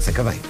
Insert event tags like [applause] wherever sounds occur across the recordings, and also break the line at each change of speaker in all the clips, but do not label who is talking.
se acabei.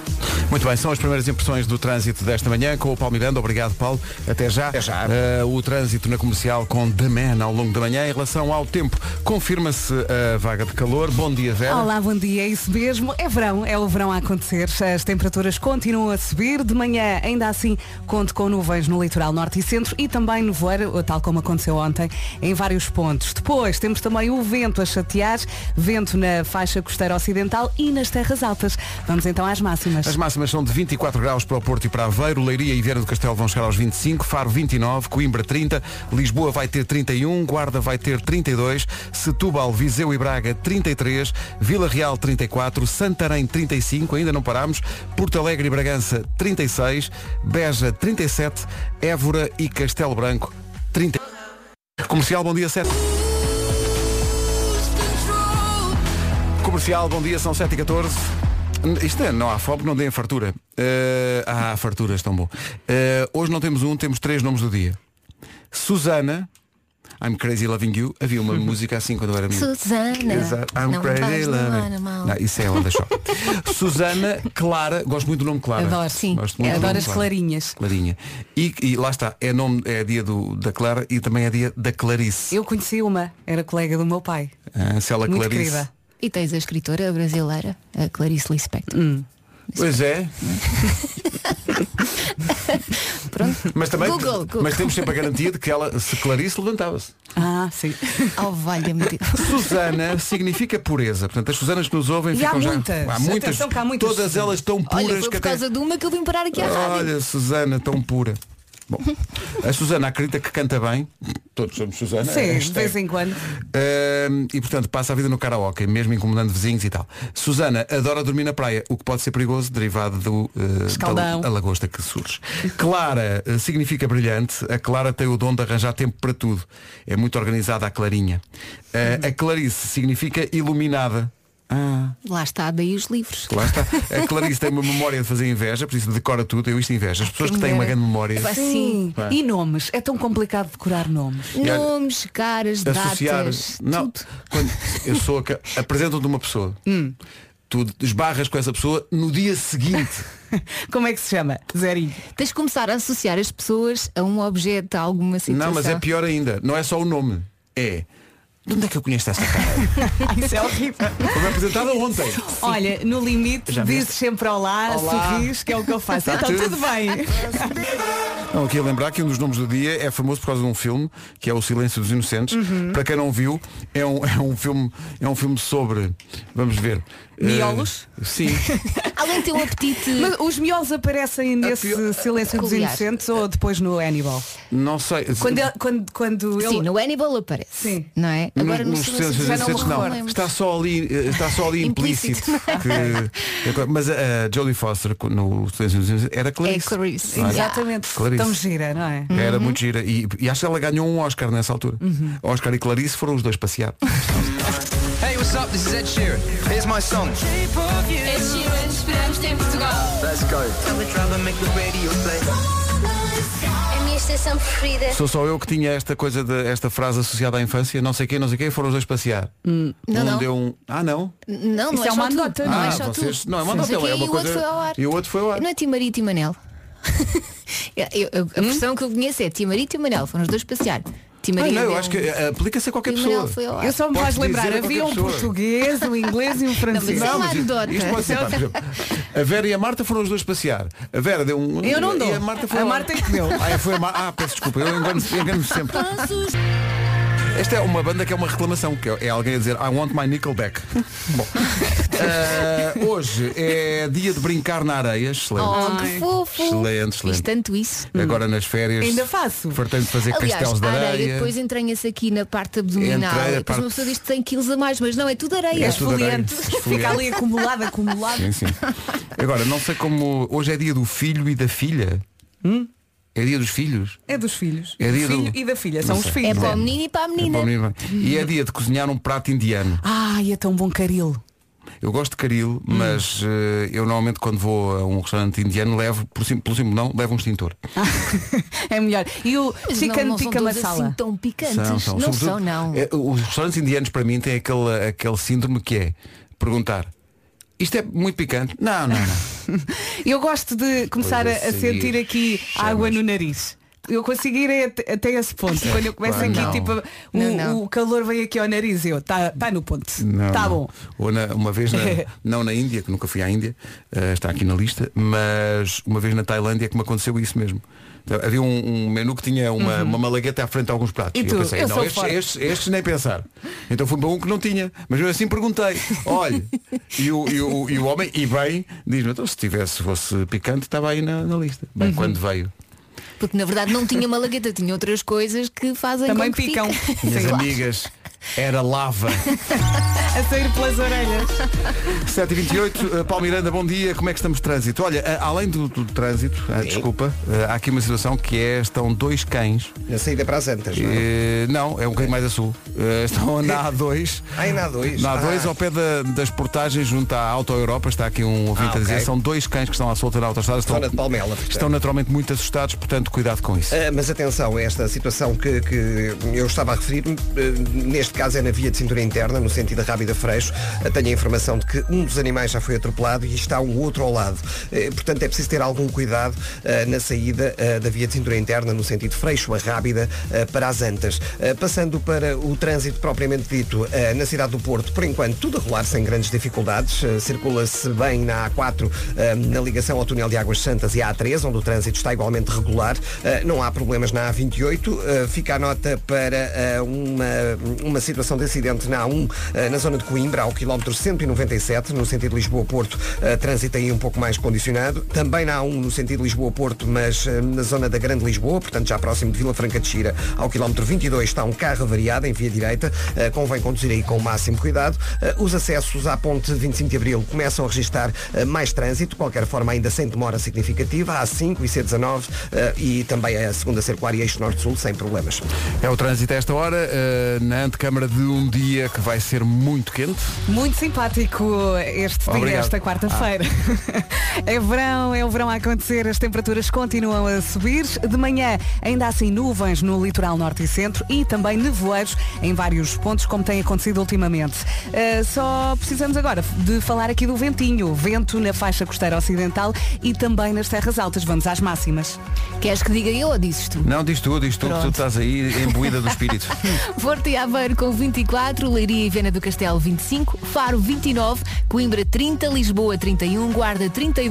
Muito bem, são as primeiras impressões do trânsito desta manhã com o Paulo Miranda. Obrigado, Paulo. Até já.
Até já.
Eh, o trânsito na comercial com The Man ao longo da manhã. Em relação ao tempo, confirma-se a vaga de calor. Bom dia, Vera.
Olá, bom dia, é isso mesmo. É verão, é o verão a acontecer. As temperaturas continuam a subir. De manhã, ainda assim, conto com nuvens no litoral norte e centro e também nevoeiro, tal como aconteceu ontem, em vários pontos. Depois, temos também o vento a chatear, vento na faixa costeira ocidental e nas terras altas. Vamos então às máximas.
As máximas são de 24 graus para o Porto e para Aveiro, Leiria e Viana do Castelo vão chegar aos 25, Faro 29, Coimbra 30, Lisboa vai ter 31, Guarda vai ter 32, Setúbal, Viseu e Braga 33, Vila Real 34, Santarém 35, ainda não parámos, Porto Alegre e Bragança 36, Beja 37, Évora e Castelo Branco 30. Comercial, bom dia 7. Comercial, bom dia, são 7 e 14 Isto é, não há fome, não deem fartura. Eh, ah, farturas, tão bom. Eh, hoje não temos um, temos três nomes do dia. Susana, I'm Crazy Loving You. Havia
[laughs]
uma música assim quando eu era menino.
Susana.
Exato.
não
I'm
me
crazy
vais levar
loving.
a mal.
Não, isso é onda
[laughs]
só. Susana Clara, gosto muito do nome Clara.
Adoro, sim.
Gosto muito do
Adoro
nome
as
Clara.
clarinhas.
Clarinha. E, e lá está, é, nome, é dia do, da Clara e também é dia da Clarice.
Eu conheci uma, era colega do meu pai.
Ah, se ela
Muito
Clarice.
querida.
E tens a escritora brasileira, a Clarice Lispector.
Hum. Pois é, [laughs]
Pronto.
mas também
Google, Google.
Mas temos sempre a garantia de que ela, se Clarice, levantava-se.
Ah, sim.
Oh, valha-me Deus.
[laughs]
Susana significa pureza. Portanto, as Susanas que nos ouvem
E
ficam
há
já.
muitas.
Há muitas.
Atenção que há muitas
Todas
Susanas.
elas tão puras
Olha, foi
que
por
até.
causa de uma que eu vim parar aqui à rádio.
Olha, Susana, tão pura.
[laughs]
Bom, a Susana acredita que canta bem. Todos somos Susana.
Sim, de
hashtag.
vez em quando.
Ahm, e portanto passa a vida no karaoke, mesmo incomodando vizinhos e tal. Susana adora dormir na praia, o que pode ser perigoso, derivado do eh,
Escaldão.
da, a lagosta que surge. Clara eh, significa brilhante. A Clara tem o dom de arranjar tempo para tudo. É muito organizada a Clarinha. Eh, a Clarice significa iluminada. Ah,
Lá está, daí os livros.
lá está. A Clarice tem uma memória de fazer inveja, por isso decora tudo. Eu isto inveja. As pessoas que têm uma grande memória.
Epá,
Sim.
Sim.
Vai.
E nomes? É tão complicado decorar nomes.
olha,
Nomes, caras,
associar
datas.
não
tudo.
quando eu sou a, ca- apresentam-te
[laughs]
uma pessoa
Hum.
tu esbarras com essa pessoa no
[laughs]
dia seguinte
Como é que se chama? Zerinho.
Tens de começar a associar as pessoas a um objeto, a alguma situação.
não mas é pior ainda não é só o nome é de onde é que eu conheço esta cara [laughs]
Isso é horrível.
foi apresentada
[laughs]
ontem
Olha, no limite,
Já viste?
dizes sempre olá,
Olá.
sorris, que é o que eu faço.
Está
então
tudo.
tudo, bem.
não, aqui a lembrar que um dos nomes do dia é famoso por causa de um filme que é o Silêncio dos Inocentes
Uhum.
para quem não viu é um, é um filme é um filme sobre vamos ver
Miolos? [laughs]
Eh, sim
Alguém tem um
[laughs]
apetite.
Mas os miolos aparecem nesse
pior-
silêncio dos
Peculiar.
inocentes ou depois no Hannibal?
não sei
Quando ele, quando, quando ele
Sim, no Hannibal aparece.
Sim.
Não é?
No-
Agora no
nos
Silêncio
Silêncios
dos
Inocentes
Inocentes
não,
me lembro.
está só ali eh, está só ali implícito,
Implícito. é?
que- que- mas a a Jodie Foster no Silêncio dos Inocentes era
É
Clarice
Clarice. Uhum.
Olha.
Exatamente.
Clarice.
Tão gira, não é?
era muito gira e, e acho que ela ganhou um Oscar nessa altura Oscar e Clarice foram os dois
[laughs]
passear
Hey, what's up? This is Ed Sheeran. Here's my song.
Ed Sheeran, esperamos-te em Portugal.
Let's go. Tell the driver, make the radio play.
A minha estação preferida.
sou só eu que tinha esta coisa de, esta frase associada à infância não sei quem não sei quem foram os dois passear
Hum. Não,
um
não.
deu um ah não
Não, não
Isso
é,
é uma
só tu.
anedota,
Não
ah,
é só
vocês
tu.
não é uma
Sim.
nota,
Aqui
é
e
uma
o
coisa
outro foi ao ar.
e o outro foi ao ar
Não é Timarito e Manel. Eu- [laughs] eu- eu-
Hum?
a versão que eu conheço é Timarito e Manel. Foram os dois passear.
Ah,
Timarito
não,
deu
eu acho
um-
que eh, aplica-se a qualquer
e
pessoa
Manel foi ao ar.
Eu só me
Podes
vais lembrar,
dizer a
havia um
qualquer pessoa.
português, um inglês e um francês.
Não, é
mas
uma
isto,
anedota.
isto pode ser, pá, por exemplo, a Vera e a Marta foram os dois passear. A Vera deu um.
Eu não dou.
E a Marta foi
A
lá.
Marta é que deu.
Ah, é, foi a Mar... ah peço desculpa, eu engano- eu engano-me sempre. Esta é uma banda que é uma reclamação, que é alguém a dizer I want my Nickelback. Bom, ah, hoje é dia de brincar na areia, excelente.
Oh, que fofo.
Excelente,
Fiz
excelente.
tanto isso.
Agora nas férias.
Ainda faço.
Fartando de fazer
Aliás,
castelos de
a
É areia.
areia, depois é- entranha-se aqui na parte abdominal.
Entra a
depois
parte-
uma pessoa diz que tem quilos a mais, mas não, é tudo areia.
É
tudo areia.
esfoliante. Fica ali acumulado, acumulado.
Sim, sim. Agora, não sei como. Hoje é dia do filho e da filha. É dia dos filhos.
É dos filhos.
É dia do-
filho e da filha.
Não
São
sei.
os
É
filhos.
para o menino e para a
É
menina.
para o menino. E é dia de cozinhar um prato indiano.
Ai, é tão bom caril.
Eu gosto de
Hum.
caril, mas eh, eu normalmente quando vou a um restaurante indiano levo, por sim, pelo simples não, levo um extintor.
é melhor. E o
Mas não-
chicken
não são
pica
todos
masala.
assim tão picantes. não
Sobretudo,
são, não.
eh, os restaurantes indianos para mim têm aquele, aquele síndrome que é perguntar. Isto é muito picante. Não, não, não.
Eu gosto de começar a,
Pois, a
a
seguir,
sentir aqui
chamas.
água no nariz. Eu consigo ir até- até esse ponto. Quando eu começo
pá,
aqui,
é. Ah, não.
tipo, o,
Não, não.
o calor vem aqui ao nariz e eu, tá, tá no ponto.
Não,
tá
não.
bom.
Ou na- uma
[laughs]
vez, na, não na Índia, que nunca fui à Índia, eh, está aqui na lista, mas uma vez na Tailândia que me aconteceu isso mesmo. Então, havia um, um menu que tinha uma, uma malagueta à frente de alguns pratos.
Uhum. E tu?
eu pensei,
Eu
não,
sou
estes,
forte.
estes- estes nem pensar. Então fui para um que não tinha. Mas eu assim
[laughs]
perguntei, olha, e o, e, o, e o homem, e bem, diz-me, então se tivesse, fosse picante, estava aí na, na lista. Bem,
Uhum.
quando veio.
Porque na verdade não tinha malagueta, tinha outras coisas que fazem
Também
com que
picam.
Fique.
Minhas
Sim.
amigas, era lava.
A sair pelas orelhas.
7h28, eh, Paulo Miranda, bom dia, como é que estamos de trânsito? Olha, eh, além do, do trânsito, ah, desculpa, eh, há aqui uma situação que é, estão dois cães,
Na saída para as Antas, não é?
eh, não, é um cães mais a sul, eh,
[laughs]
estão na A2,
Ah, e na A2?
na A2
Ah.
ao pé da- das portagens junto à Auto Europa, está aqui um ouvinte
Ah,
a dizer,
ok.
são dois cães que estão à solta na autostrada, estão,
Zona de Palmela, portanto.
estão naturalmente muito assustados, portanto cuidado com isso.
Ah, mas atenção, esta situação que, que eu estava a referir-me, ah, neste caso é na via de cintura interna, no sentido da Rábida Freixo, Ah, tenho a informação de que um dos animais já foi atropelado e está um outro ao lado. Eh, portanto, é preciso ter algum cuidado ah, na saída ah, da via de cintura interna, no sentido Freixo a Rábida, ah, para as Antas. Ah, passando para o trânsito propriamente dito, ah, na cidade do Porto, por enquanto, tudo a rolar sem grandes dificuldades. Ah, circula-se bem na A4, ah, na ligação ao túnel de Águas Santas e à A3, onde o trânsito está igualmente regular. Ah, não há problemas na A28. Ah, fica a nota para ah, uma, uma situação de acidente na A1, ah, na zona de Coimbra, ao quilómetro 197, no sentido Lisboa-Porto. Ah, trânsito aí um pouco mais condicionado. Também na A1, no sentido Lisboa-Porto, mas ah, na zona da Grande Lisboa, portanto já próximo de Vila Franca de Xira, ao quilómetro 22, está um carro variado em via direita. Ah, convém conduzir aí com o máximo cuidado. Ah, os acessos à ponte 25 de Abril começam a registrar ah, mais trânsito, de qualquer forma ainda sem demora significativa, a A5 e C19 ah, e também a segunda circular e eixo norte-sul sem problemas.
É o trânsito a esta hora, eh, na antecâmara de um dia que vai ser muito quente.
Muito simpático este dia,
Obrigado. Ah.
esta quarta-feira. [laughs] É verão, é o verão a acontecer, as temperaturas continuam a subir. De manhã, ainda assim, nuvens no litoral norte e centro e também nevoeiros em vários pontos, como tem acontecido ultimamente. Eh, só precisamos agora de falar aqui do ventinho. Vento na faixa costeira ocidental e também nas terras altas. Vamos às máximas.
Queres que diga eu ou dizes tu?
Não, diz tu, diz tu, que tu estás aí imbuída do espírito.
[laughs] Porto e Aveiro com 24, Leiria e Viana do Castelo 25, Faro 29, Coimbra 30, Lisboa 31, Guarda 32,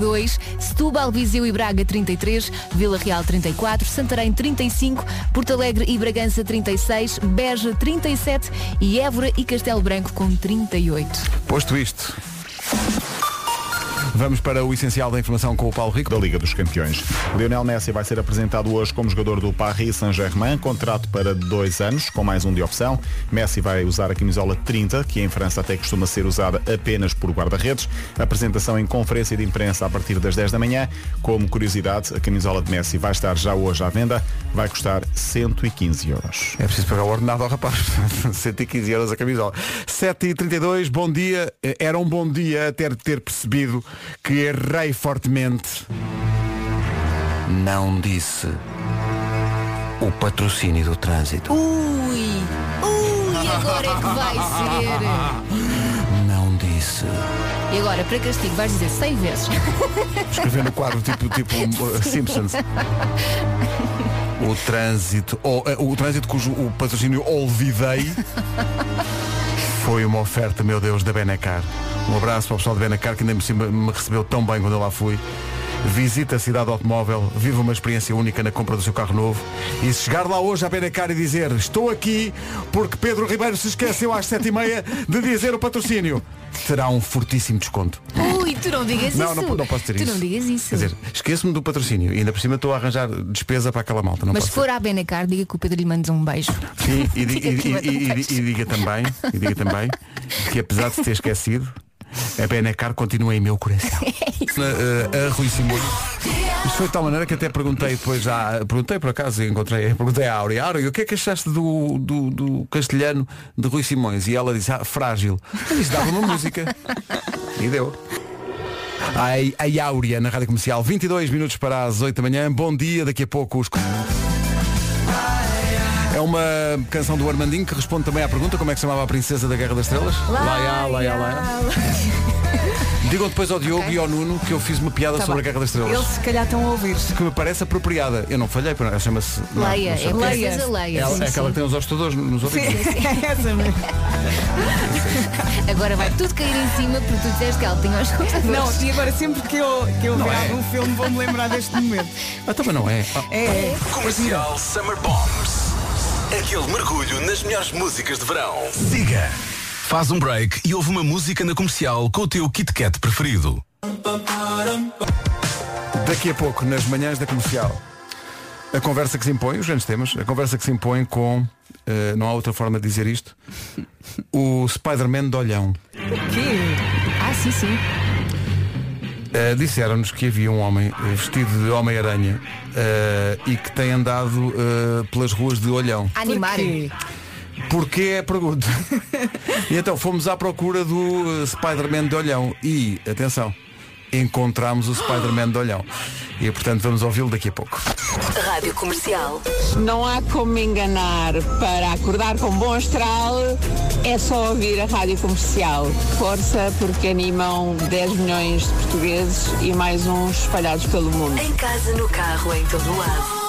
Setúbal, Viseu e Braga 33, Vila Real 34, Santarém 35, Porto Alegre e Bragança 36, Beja 37 e Évora e Castelo Branco com 38.
Posto isto. Vamos para o essencial da informação com o Paulo Rico.
da Liga dos Campeões. Lionel Messi vai ser apresentado hoje como jogador do Paris Saint-Germain, contrato para dois anos, com mais um de opção. Messi vai usar a camisola 30, que em França até costuma ser usada apenas por guarda-redes. Apresentação em conferência de imprensa a partir das 10 da manhã. Como curiosidade, a camisola de Messi vai estar já hoje à venda, vai custar 115 euros.
É preciso pagar o ordenado ao rapaz. [laughs] 115 euros a camisola. 7h32, bom dia. Eh, Era um bom dia até ter percebido que errei fortemente. Não disse o patrocínio do trânsito.
Ui! Ui, agora é que vai ser!
Não disse.
E agora, para castigo, vais dizer 100 vezes.
Escrever no quadro tipo, tipo uh, Simpsons. O trânsito, ou, eh, o trânsito cujo o patrocínio olvidei foi uma oferta, meu Deus, da Benacar. Um abraço para o pessoal da Benacar que ainda por cima me recebeu tão bem quando eu lá fui. Visita a cidade do automóvel, viva uma experiência única na compra do seu carro novo e se chegar lá hoje à Benacar e dizer estou aqui porque Pedro Ribeiro se esqueceu às sete e meia de dizer o patrocínio, terá um fortíssimo desconto.
Ui, tu não digas
Não,
isso!
não, não posso ter
tu
isso.
não digas isso.
Quer dizer, esqueço-me do patrocínio e ainda por cima estou a arranjar despesa para aquela malta. Não
Mas se
posso
for à Benacar, diga que o Pedro lhe manda um beijo.
Sim,
[laughs]
e, di-
Fica
e-
aqui,
e-
mas não
e- e-
vejo.
e diga também, e diga também que apesar de se ter esquecido, a Benacar continua em meu
[laughs]
coração.
É
a, a, a Rui Simões. Isto foi de tal maneira que até perguntei depois à, perguntei por acaso, encontrei, [laughs] perguntei à Áurea, Áurea, o que é que achaste do, do, do castelhano de Rui Simões? E ela disse, ah, frágil. Mas isso dava uma música. E deu. Ai, ai Áurea, na Rádio Comercial, 22 minutos para as 8 da manhã. Bom dia, daqui a pouco os... É uma canção do Armandinho que responde também à pergunta como é que se chamava a princesa da Guerra das Estrelas? Laia, laia, laia. [laughs] Digam depois ao Diogo e ao Nuno que eu fiz uma piada
Tá
sobre
bem.
a Guerra das Estrelas.
Eles se calhar estão a ouvir.
Que me parece apropriada. Eu não falhei, para ela chama-se. não,
Leia,
não sei.
é
Leia.
princesa Leia.
Ela-
sim,
é aquela que
sim.
tem os ostadores nos
Sim,
ouvidos.
[laughs] É essa mesmo.
Agora vai tudo cair em cima porque tu disseste que ela tinha os computadores.
Não, e agora sempre que eu, que eu ver
é.
algum filme vou-me lembrar deste momento.
Ah, também não é. Ah,
É, é.
Comercial Summer Bombs. É Aquele mergulho nas melhores músicas de verão. Siga. Faz um break e ouve uma música na comercial com o teu Kit Kat preferido.
Daqui a pouco, nas manhãs da comercial, a conversa que se impõe, os grandes temas, a conversa que se impõe com, eh, não há outra forma de dizer isto, o Spider-Man de Olhão.
Ah, sim, sim.
Eh, Disseram-nos que havia um homem eh, vestido de Homem-Aranha eh, e que tem andado eh, pelas ruas de Olhão.
Animar.
Porquê?
Porquê é a pergunta? [laughs] e então fomos à procura do eh, Spider-Man de Olhão e, atenção, encontramos o Spider-Man de Olhão. E portanto vamos ouvi-lo daqui a pouco.
Rádio Comercial.
Não há como me enganar. Para acordar com bom astral, é só ouvir a rádio comercial. Força, porque animam 10 milhões de portugueses e mais uns espalhados pelo mundo.
Em casa, no carro, em todo lado.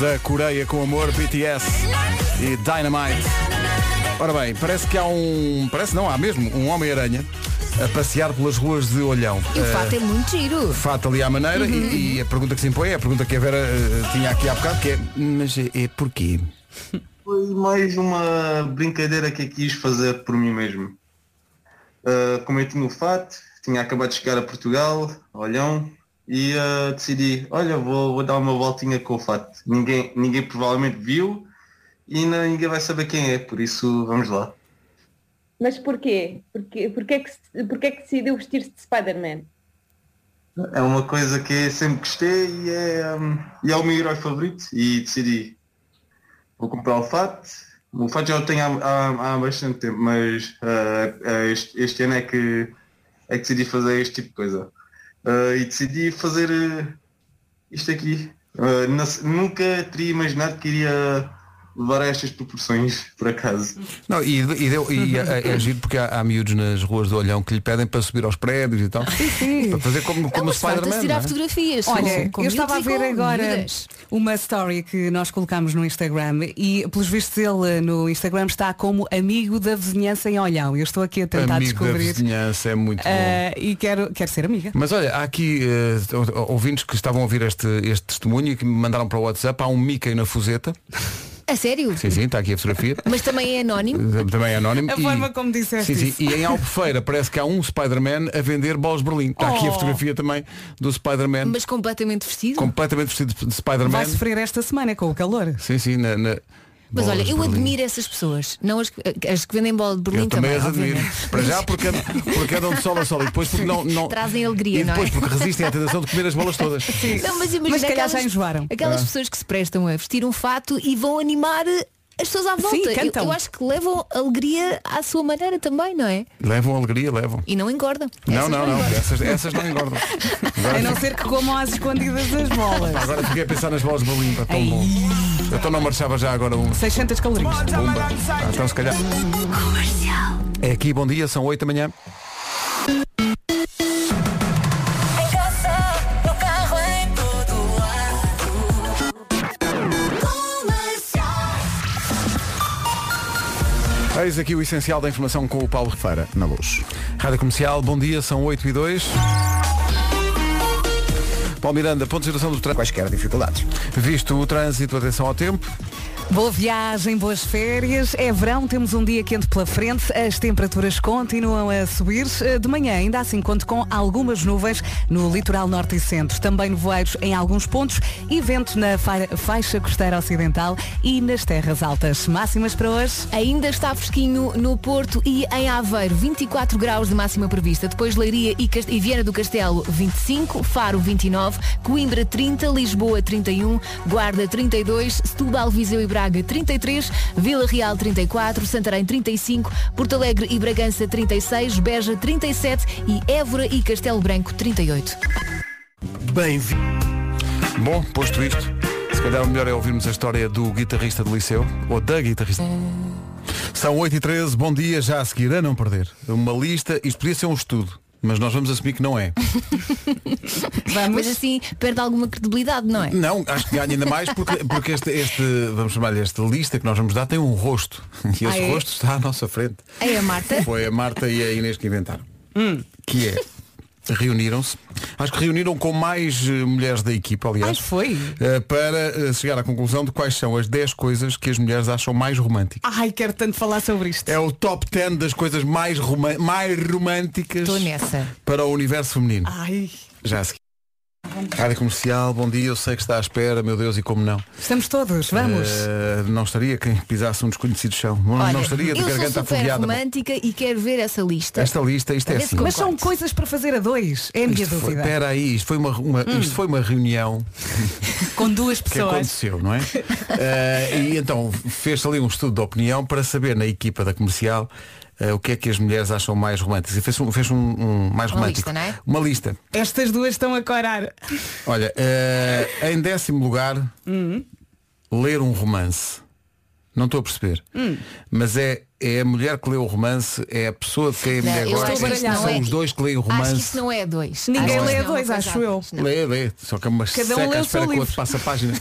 Da Coreia com Amor, BTS e Dynamite. Ora bem, parece que há um. Parece não, há mesmo um Homem-Aranha a passear pelas ruas de Olhão.
E o
Eh,
fato é muito giro.
fato ali à maneira e, e a pergunta que se impõe é a pergunta que a Vera eh, tinha aqui há bocado, que é mas é, é porquê?
Foi mais uma brincadeira que eu quis fazer por mim mesmo. Ah, como eu tinha o fato, tinha acabado de chegar a Portugal, olhão, e ah, decidi, olha, vou, vou dar uma voltinha com o fato. Ninguém, ninguém provavelmente viu e não- ninguém vai saber quem é, por isso vamos lá.
Mas porquê? Porquê, porquê, que, se- porquê que decidiu vestir-se de Spider-Man?
É uma coisa que eu sempre gostei e é, hum, e é o meu herói favorito e decidi vou comprar o fato. O fato já o tenho há, há- há bastante tempo, mas ah, ah, este, este ano é que, é que decidi fazer este tipo de coisa. Ah, e decidi fazer ah, isto aqui. Ah, não se- nunca teria imaginado que iria levar a estas proporções, por acaso.
Não, e, e, deu, e é, é giro porque há, há miúdos nas ruas do Olhão que lhe pedem para subir aos prédios e tal. Para fazer como, como
não,
o
mas falta-se
Spider-Man.
tirar
não é?
fotografias.
Olha,
com- com
eu estava a
miúdos e
ver
com
agora
miúdas.
uma story que nós colocámos no Instagram e pelos vistos ele eh, no Instagram está como amigo da vizinhança em Olhão. Eu estou aqui a tentar
Amigo da
descobrir
vizinhança é muito bom.
ah, e quero, quero ser amiga.
Mas olha, há aqui eh, ou- ouvintes que estavam a ouvir este, este testemunho e que me mandaram para o WhatsApp, há um Mickey na fuseta.
A sério?
Sim, sim, está aqui
[laughs]
a fotografia.
Mas também é anónimo.
Eh, Também é anónimo.
A forma como disseste
Sim, sim.
isso.
E em Albufeira parece que há um Spider-Man a vender bolas de Berlim. Está aqui a
Oh.
fotografia também do Spider-Man,
Mas completamente vestido.
completamente vestido de
Vai
Spider-Man.
sofrer esta semana com o calor.
Sim, sim, na, na-
Mas olha,
Bolas de
eu
Berlim.
admiro essas pessoas. Não as, que- as que vendem bola de Berlim
Eu também as
obviamente.
admiro. Para já porque, porque andam de sol a sol e depois porque não. não
Trazem alegria,
e depois
não é?
porque resistem à tentação de comer as bolas todas. Sim.
Não, mas imagina
Mas se calhar
aquelas,
já enjoaram.
aquelas pessoas que se prestam a vestir um fato e vão animar eh, as pessoas à volta. Eu-
cantam.
eu, acho que levam alegria à sua maneira também, não é?
Levam alegria, levam.
E não engordam.
Não,
Essas
não, não.
engordam.
Essas, essas não engordam.
A
Agora,
não ser que comam às escondidas das bolas.
agora fiquei a pensar nas bolas de Berlim, pá, tão bom. Eu então não marchava já agora um.
600 calorias.
Bomba. Ah, então se calhar. É aqui, bom dia, são 8 da manhã.
Em casa, no carro, em todo lado. Comercial.
Eis aqui o essencial da informação com o Paulo
Feira na luz.
Rádio Comercial, bom dia, são 8 e 2. Paulo Miranda, ponto de situação do trânsito.
Quaisquer dificuldades.
Visto o trânsito, atenção ao tempo.
Boa viagem, boas férias. É verão, temos um dia quente pela frente, as temperaturas continuam a subir. Eh, De manhã, ainda assim, conto com algumas nuvens no litoral norte e centro. Também nevoeiros em alguns pontos e vento na fa- faixa costeira ocidental e nas terras altas. Máximas para hoje?
Ainda está fresquinho no Porto e em Aveiro, 24 graus de máxima prevista. Depois Leiria e, Cast- e Viana do Castelo, 25, Faro, 29, Coimbra, 30, Lisboa, 31, Guarda, 32, Setúbal, Viseu e Braga, 33, Vila Real, 34, Santarém, 35, Porto Alegre e Bragança, 36, Beja, 37 e Évora e Castelo Branco, 38.
Bem-vindo.
Bom, posto isto, se calhar o melhor é ouvirmos a história do guitarrista do Liceu, ou da guitarrista. São 8 e 13 bom dia, já a seguir, a não perder. Uma lista, isto podia ser um estudo, mas nós vamos assumir que não é.
Mas assim perde alguma credibilidade, não é?
Não, acho que ganha ainda mais porque, porque este, este, vamos chamar-lhe esta lista que nós vamos dar, tem um rosto. E esse
Ah, é?
rosto está à nossa frente.
É a Marta?
Foi a Marta e a Inês que inventaram.
Hum.
Que é. Reuniram-se. Acho que reuniram com mais eh, mulheres da equipa, aliás.
Ai, foi?
eh, para eh, chegar à conclusão de quais são as 10 coisas que as mulheres acham mais românticas.
Ai, quero tanto falar sobre isto.
É o top 10 das coisas mais, roma- mais românticas
Estou nessa.
para o universo
Ah.
feminino.
Ai.
Já a seguir. Rádio Comercial, bom dia, eu sei que está à espera, meu Deus, e como não?
Estamos todos, vamos.
Eh, não estaria quem pisasse um desconhecido chão. Não,
Olha,
não estaria de
eu sou
garganta
super
afogueada.
romântica e quero ver essa lista.
Esta lista, isto é
Parece
assim.
que
Mas são coisas para fazer a dois, é a minha
Isto foi-
dúvida.
Espera aí, isto foi uma, uma-
Hum.
isto foi uma reunião
Com duas
que
pessoas.
aconteceu,
[laughs]
não é? Eh, e então fez-se ali um estudo de opinião para saber na equipa da comercial eh, o que é que as mulheres acham mais românticas. E fez um, fez um, um mais
Uma
romântico.
lista, não é?
Uma lista.
Estas duas estão a corar.
Olha, eh, em décimo lugar,
Uhum.
ler um romance. Não estou a perceber.
Hum.
Mas é, é a mulher que lê o romance, é a pessoa de quem a
Não,
mulher
eu
estou
gosta.
a baralhar.
São os dois que leem o
é? Acho que
romance.
isso não é a dois.
Ninguém
Acho
lê a
que isso não é
dois,
uma
acho
coisa a
eu.
dois, não.
Lê, lê. Só que é uma
Cada um
seca
lê
à
o
espera
seu
que o
livro.
outro passe a
[laughs]
página.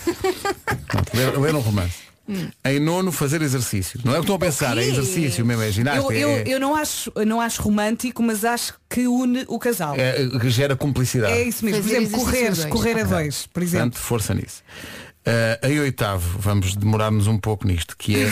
ler, ler um romance.
Hum.
Em nono, fazer exercício. Não é o que estou a pensar, é
quê?
exercício mesmo, é ginástica.
Eu, eu,
é-
eu não, acho, eu não acho romântico, mas acho que une o casal. É,
é- que gera cumplicidade.
isso mesmo. Por
Fazer
exemplo,
exercício a
correr,
dois.
correr a dois, por exemplo.
Portanto, força nisso. Ah, em oitavo, vamos demorar-nos um pouco nisto,
[laughs]
que é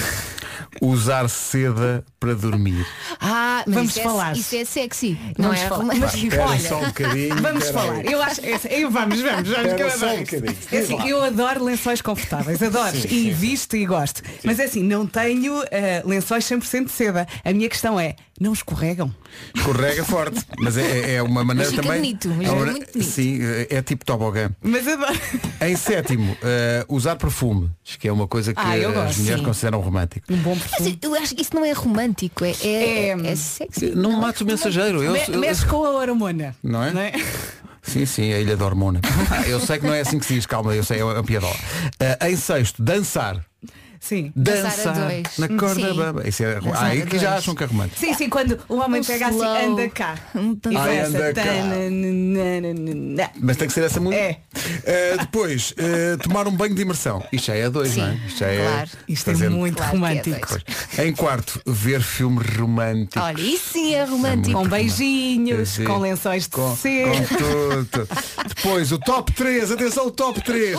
usar seda para dormir.
Ah, mas
Vamos
isso é-
falar.
isso é sexy. Não
Vamos
é
falar.
romântico.
Era
Olha,
só um bocadinho.
Vamos
era-
falar. Eu acho, é assim, eu- vamos, vamos, vamos. que eu
Espera só
adoro
um
isto.
bocadinho.
É assim, eu adoro lençóis confortáveis, adoro. e visto e gosto. Mas é assim, não tenho eh, lençóis 100% de seda. A minha questão é, não escorregam?
Escorrega forte. Mas é, é uma maneira
Mas fica
também.
bonito, mas
uma
é
maneira-
muito bonito.
Sim, é tipo tobogã.
Mas adoro.
Em sétimo, ah, usar perfume. Acho que é uma coisa que
Ah, eu
as
gosto,
mulheres
sim.
consideram romântico.
Um bom
mas
perfume.
eu acho que isso não é romântico, é, é,
É-
é sexy.
Não mates o mensageiro. Eu,
Me-
eu-
mexe com a hormona.
Não é? Sim, sim, é a Ilha da Hormona. Ah, eu sei que não é assim que se diz, calma, eu sei, é uma piadola. Ah, em sexto, dançar.
Sim.
Dançar
Dançar
a dois.
na corda
Sim.
bamba. Isso é,
Dançar
ah,
a
aí que já
dois.
acham que é romântico.
Sim, sim, quando o homem
Um
pega
slow.
assim, anda cá.
Um
e
tanto-
Ai,
começa,
anda cá.
tananana.
Mas tem que ser essa música.
É.
Ah, depois, ah, tomar um banho de imersão. Isto já é a dois,
Sim,
não é? Isto já
claro.
Isto é
fazendo-
muito
Claro que é
romântico.
dois.
Em quarto, ver filmes românticos.
Olha, isso sim é romântico.
Com beijinhos,
Sim.
com lençóis de
Com-
seda.
com tudo. Depois, o top 3, atenção, o top 3,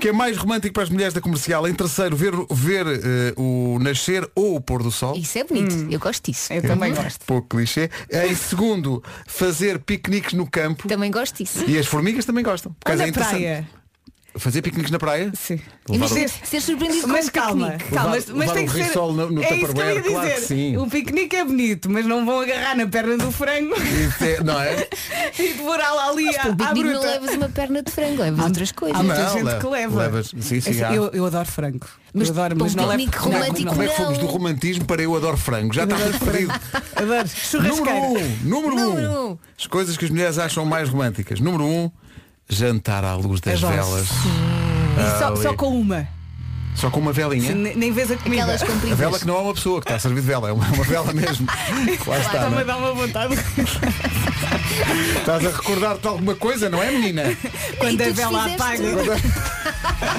que é mais romântico para as mulheres da comercial. Em terceiro, ver, ver eh, o nascer ou o pôr do sol. É um
Isso é bonito, eu gosto disso.
Hum.
Uhum.
Eu também gosto.
Pouco clichê. Em segundo, fazer piqueniques no campo.
Também gosto disso.
E as formigas também gostam.
Ou
Coisa
na
interessante.
praia.
Fazer piqueniques na praia?
Sim.
Levar
Imagina ser surpreendido com
Mas
um
calma,
piquenique.
calma,
Levar-
mas
levar
tem
um
que ser.
risol no- no
é isso que eu ia
Tupperware,
dizer.
claro que sim.
O piquenique é bonito, mas não vão agarrar na perna do
[laughs]
frango
Isso é- não é?
e devorá-la ali à,
O
à
piquenique não
bruta.
levas uma perna de frango, levas outras coisas.
Há muita
Não,
gente
leva-
que leva.
levas- sim, sim,
Assim,
há.
eu, eu adoro frango. Mas
Mas
adoro, mas
para
não
um
levo.
piquenique
Não,
romântico,
Como é que
Não.
fomos do romantismo para eu adoro frango? Já está tudo perdido. um,
Adoro. Churrasqueira.
Número 1. Número 1.
Número
Um.
um.
As coisas que as mulheres acham mais românticas. Número 1. Um, jantar à luz das
Adoro.
velas. Ah,
E só,
Ali.
só com uma.
Só com uma velinha.
Ne- Nem vês a comida.
Aquelas
A
compridas.
vela que não é uma pessoa que está a servir de vela, é uma, uma vela mesmo. Lá está,
Está-me
não
a
é?
dar uma
[laughs]
vontade.
Estás a recordar-te de alguma coisa, não é menina?
Quando
tu
a vela
desfizeste
apaga.
tudo.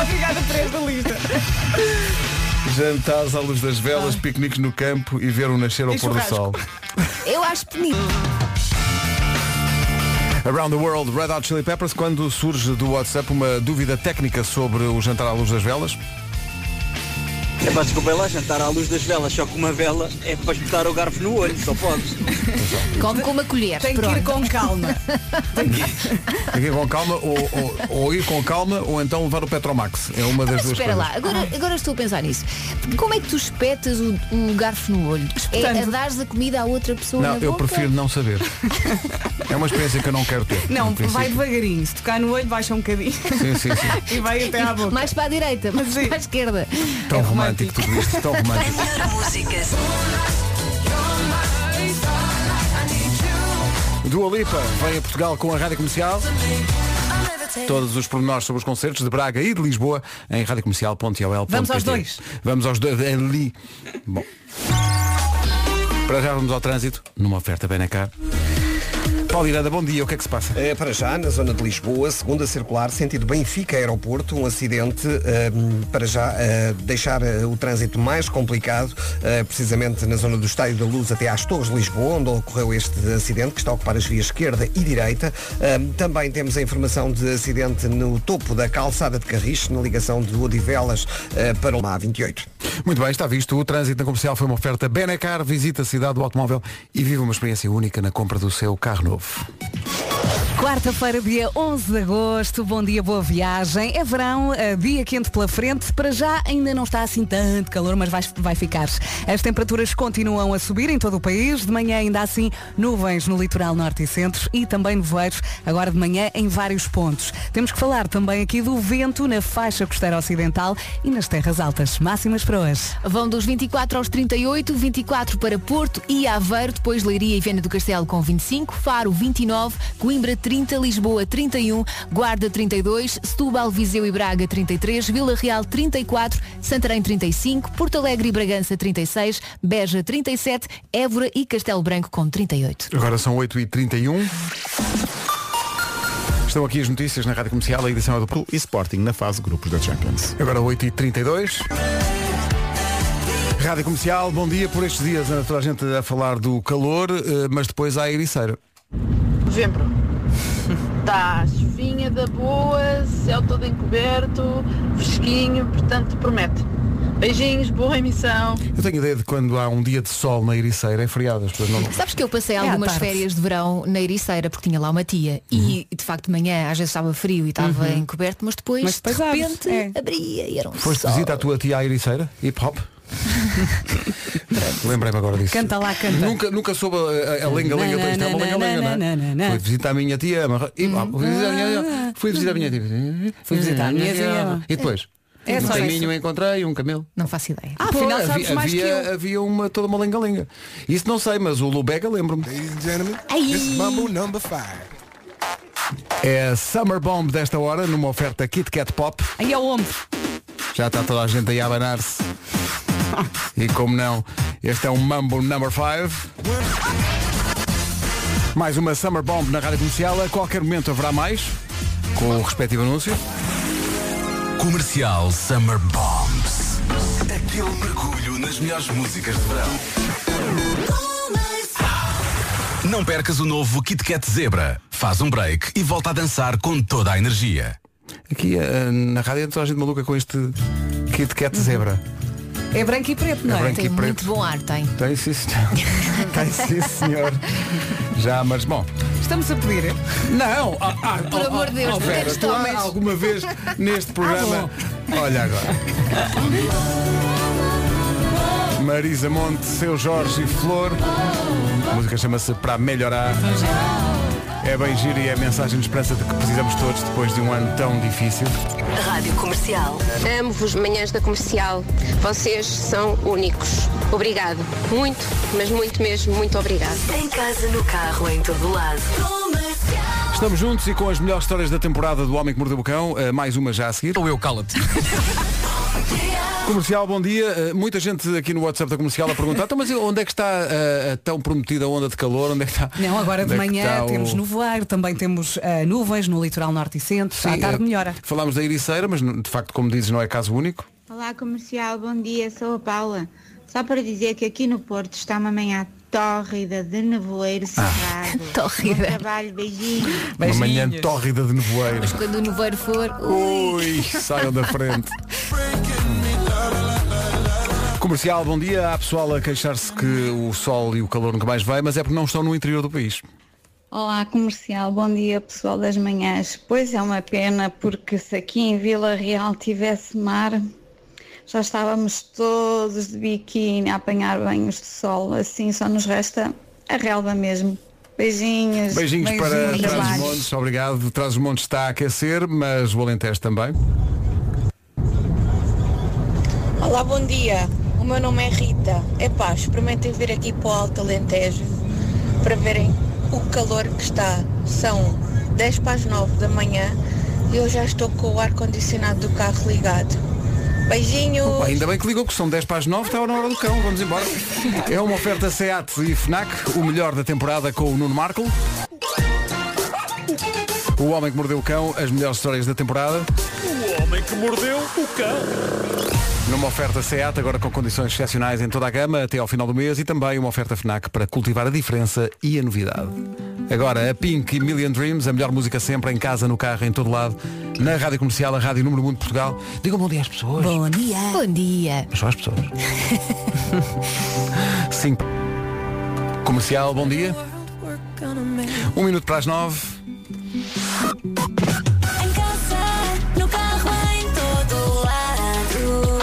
Obrigada por esta lista.
Jantares à luz das velas, piqueniques no campo e ver o nascer ao
E
pôr do
churrasco.
sol.
Eu acho bonito.
Around the World, Red Hot Chili Peppers, quando surge do WhatsApp uma dúvida técnica sobre o jantar à luz das velas.
É para desculpa lá, jantar à luz das velas, só que uma vela é para espetar o garfo no olho, só podes.
Come com uma colher.
Tem que
Pronto.
ir com
[laughs]
calma.
Aqui com calma, ou, ou- ou ir com calma, ou então levar o Petromax. É uma das
Mas
duas
espera
coisas.
lá, agora, agora estou a pensar nisso. Como é que tu espetas o, o garfo no olho? É a
Espetando.
dares a comida à outra pessoa
Não,
na
eu
boca?
prefiro não saber. é uma experiência que eu não quero ter.
Não,
no princípio.
vai É devagarinho. Se tocar no olho, baixa um bocadinho [laughs]
Sim, sim, sim.
e vai até à boca.
Mais para a direita, mas
Sim.
para a esquerda.
Tão romântico tudo isto, tão
A
romântico.
melhor música.
Dua Lipa vem a Portugal com a Rádio Comercial. Todos os pormenores sobre os concertos de Braga e de Lisboa em radiocomercial.ol.
Vamos aos dois.
Vamos aos dois ali. Bom. Para já vamos ao trânsito, numa oferta Benacar. Paulo Miranda, bom dia, o que é que se passa?
Eh, para já, na zona de Lisboa, segunda circular, sentido Benfica Aeroporto, um acidente eh, para já eh, deixar eh, o trânsito mais complicado, eh, precisamente na zona do Estádio da Luz até às Torres de Lisboa, onde ocorreu este acidente, que está a ocupar as vias esquerda e direita. Eh, também temos a informação de acidente no topo da calçada de Carris, na ligação de Odivelas eh, para o A28.
Muito bem, está visto. O trânsito na comercial foi uma oferta Benacar. Visita a cidade do automóvel e viva uma experiência única na compra do seu carro novo.
Quarta-feira, dia 11 de agosto. Bom dia, boa viagem. É verão, eh, dia quente pela frente. Para já ainda não está assim tanto calor, mas vai, vai ficar. As temperaturas continuam a subir em todo o país. De manhã ainda assim nuvens no litoral norte e centro e também nevoeiros agora de manhã em vários pontos. Temos que falar também aqui do vento na faixa costeira ocidental e nas terras altas. Máximas para hoje.
Vão dos 24 aos 38, 24 para Porto e Aveiro, depois Leiria e Viana do Castelo com 25, Faro 29, Coimbra 30, Lisboa 31, Guarda 32, Setúbal, Viseu e Braga 33, Vila Real 34, Santarém 35, Porto Alegre e Bragança 36, Beja 37, Évora e Castelo Branco com 38.
Agora são 8h31. Estão aqui as notícias na Rádio Comercial, a edição é do Porto
e Sporting na fase grupos da Champions.
Agora 8h32. Rádio Comercial, bom dia. Por estes dias anda toda a gente a falar do calor, eh, mas depois há a ericeira.
Novembro. Está Tá, chuvinha da boa, céu todo encoberto, fresquinho, portanto promete. Beijinhos, boa emissão.
Eu tenho ideia de quando há um dia de sol na ericeira, é feriado, as pessoas
[laughs]
não...
Sabes que eu passei
É à
algumas
tarde.
férias de verão na Ericeira, porque tinha lá uma tia e de facto de manhã às vezes estava frio e estava
Uhum.
encoberto, mas depois,
Mas depois é.
de
abre-se,
repente abria e era um
Foste
sol.
visita à tua tia à ericeira?
[laughs]
Hip hop? Lembrei-me agora disso.
Canta lá, canta.
Nunca, nunca soube eh, a, a- a lenga-lenga.
Na, na,
Isto é uma
na,
lenga-lenga,
na,
não
na,
é?
na, na.
Fui visitar a minha tia. mas- Hip hop. Fui visitar a minha tia. Fui visitar a minha tia.
Fui visitar a minha tia.
E depois?
É
no
só
caminho
isso.
encontrei um camelo.
Não faço ideia.
Ah, afinal
Pô,
sabes
havia,
mais que
havia,
eu.
havia uma, toda uma lenga-lenga. Isso não sei, mas o Lubega lembro-me. É a Summer Bomb desta hora, numa oferta Kit Kat Pop.
Aí ao ombro.
Já está toda a gente aí
[laughs]
a abanar-se. E como não, este é um Mambo Number 5. Mais uma Summer Bomb na rádio comercial. A qualquer momento haverá mais, com o respectivo anúncio.
Comercial Summer Bombs. Aquele mergulho nas melhores músicas de verão. Não percas o novo Kit Kat Zebra. Faz um break e volta a dançar com toda a energia.
Aqui eh, na rádio toda a gente maluca com este Kit Kat Zebra.
É branco e preto, não
É
é?
branco e Tem preto. muito
bom ar, tem.
Tem sim, senhor. Tem sim, Tá senhor. Já, mas bom.
Estamos a pedir.
Não, ah, ah,
Por
oh,
amor de
oh,
Deus, não
oh, Vera,
queres
tu há
tomas.
alguma vez neste programa. Olha agora. Marisa Monte, seu Jorge e Flor. A música chama-se Para Melhorar. É bem giro e é a mensagem de esperança de que precisamos todos depois de um ano tão difícil.
Rádio Comercial. Amo-vos, manhãs da comercial. Vocês são únicos. Obrigado. Muito, mas muito mesmo, muito obrigado.
Em casa, no carro, em todo lado.
Estamos juntos e com as melhores histórias da temporada do Homem que Mordeu o Cão. Eh, mais uma já a seguir. Ou eu, cala-te. Comercial, bom dia. Eh, muita gente aqui no WhatsApp da Comercial a perguntar, então, mas onde é que está eh, a tão prometida onda de calor? Onde é que está?
Não, agora
onde
de
é que
manhã
está o-
temos nevoeiro, também temos ah, nuvens no litoral norte e centro.
Sim,
à tarde
eh,
melhora.
Falámos da Ericeira, mas de facto, como dizes, não é caso único.
Olá comercial, bom dia, sou a Paula. Só para dizer que aqui no Porto está uma manhã tórrida de
Ah.
nevoeiro cerrado.
Tórrida.
Bom trabalho, beijinhos.
Uma manhã tórrida de nevoeiro.
Mas quando o nevoeiro for.
Ui, saiam da frente. Comercial, bom dia. Há pessoal a queixar-se que o sol e o calor nunca mais vai, mas é porque não estão no interior do país.
Olá, comercial, bom dia pessoal das manhãs. Pois é uma pena, porque se aqui em Vila Real tivesse mar, já estávamos todos de biquíni a apanhar banhos de sol. Assim só nos resta a relva mesmo. Beijinhos.
Beijinhos para
Beijinhos.
Trás os Montes, obrigado. Trás os Montes está a aquecer, mas o Alentejo também.
Olá, bom dia. O meu nome é Rita. Epá, experimentem vir aqui para o Alto Alentejo para verem o calor que está. São 10 para as 9 da manhã e eu já estou com o ar-condicionado do carro ligado. Beijinhos!
Opa, ainda bem que ligou, que são 10 para as 9, está na hora do cão, vamos embora. É uma oferta SEAT e FNAC, o melhor da temporada com o Nuno Marco. O Homem que Mordeu o Cão, as melhores histórias da temporada.
O homem que mordeu o cão.
Numa oferta SEAT, agora com condições excepcionais em toda a gama, até ao final do mês, e também uma oferta FNAC para cultivar a diferença e a novidade. Agora, a Pink e Million Dreams, a melhor música sempre, em casa, no carro, em todo lado, na Rádio Comercial, a Rádio Número 1 de Portugal. Digam bom dia às pessoas.
Bom dia. Bom dia.
Mas só às pessoas. Sim. Comercial, bom dia. Um minuto para as nove.
Em casa, no carro, em todo lado.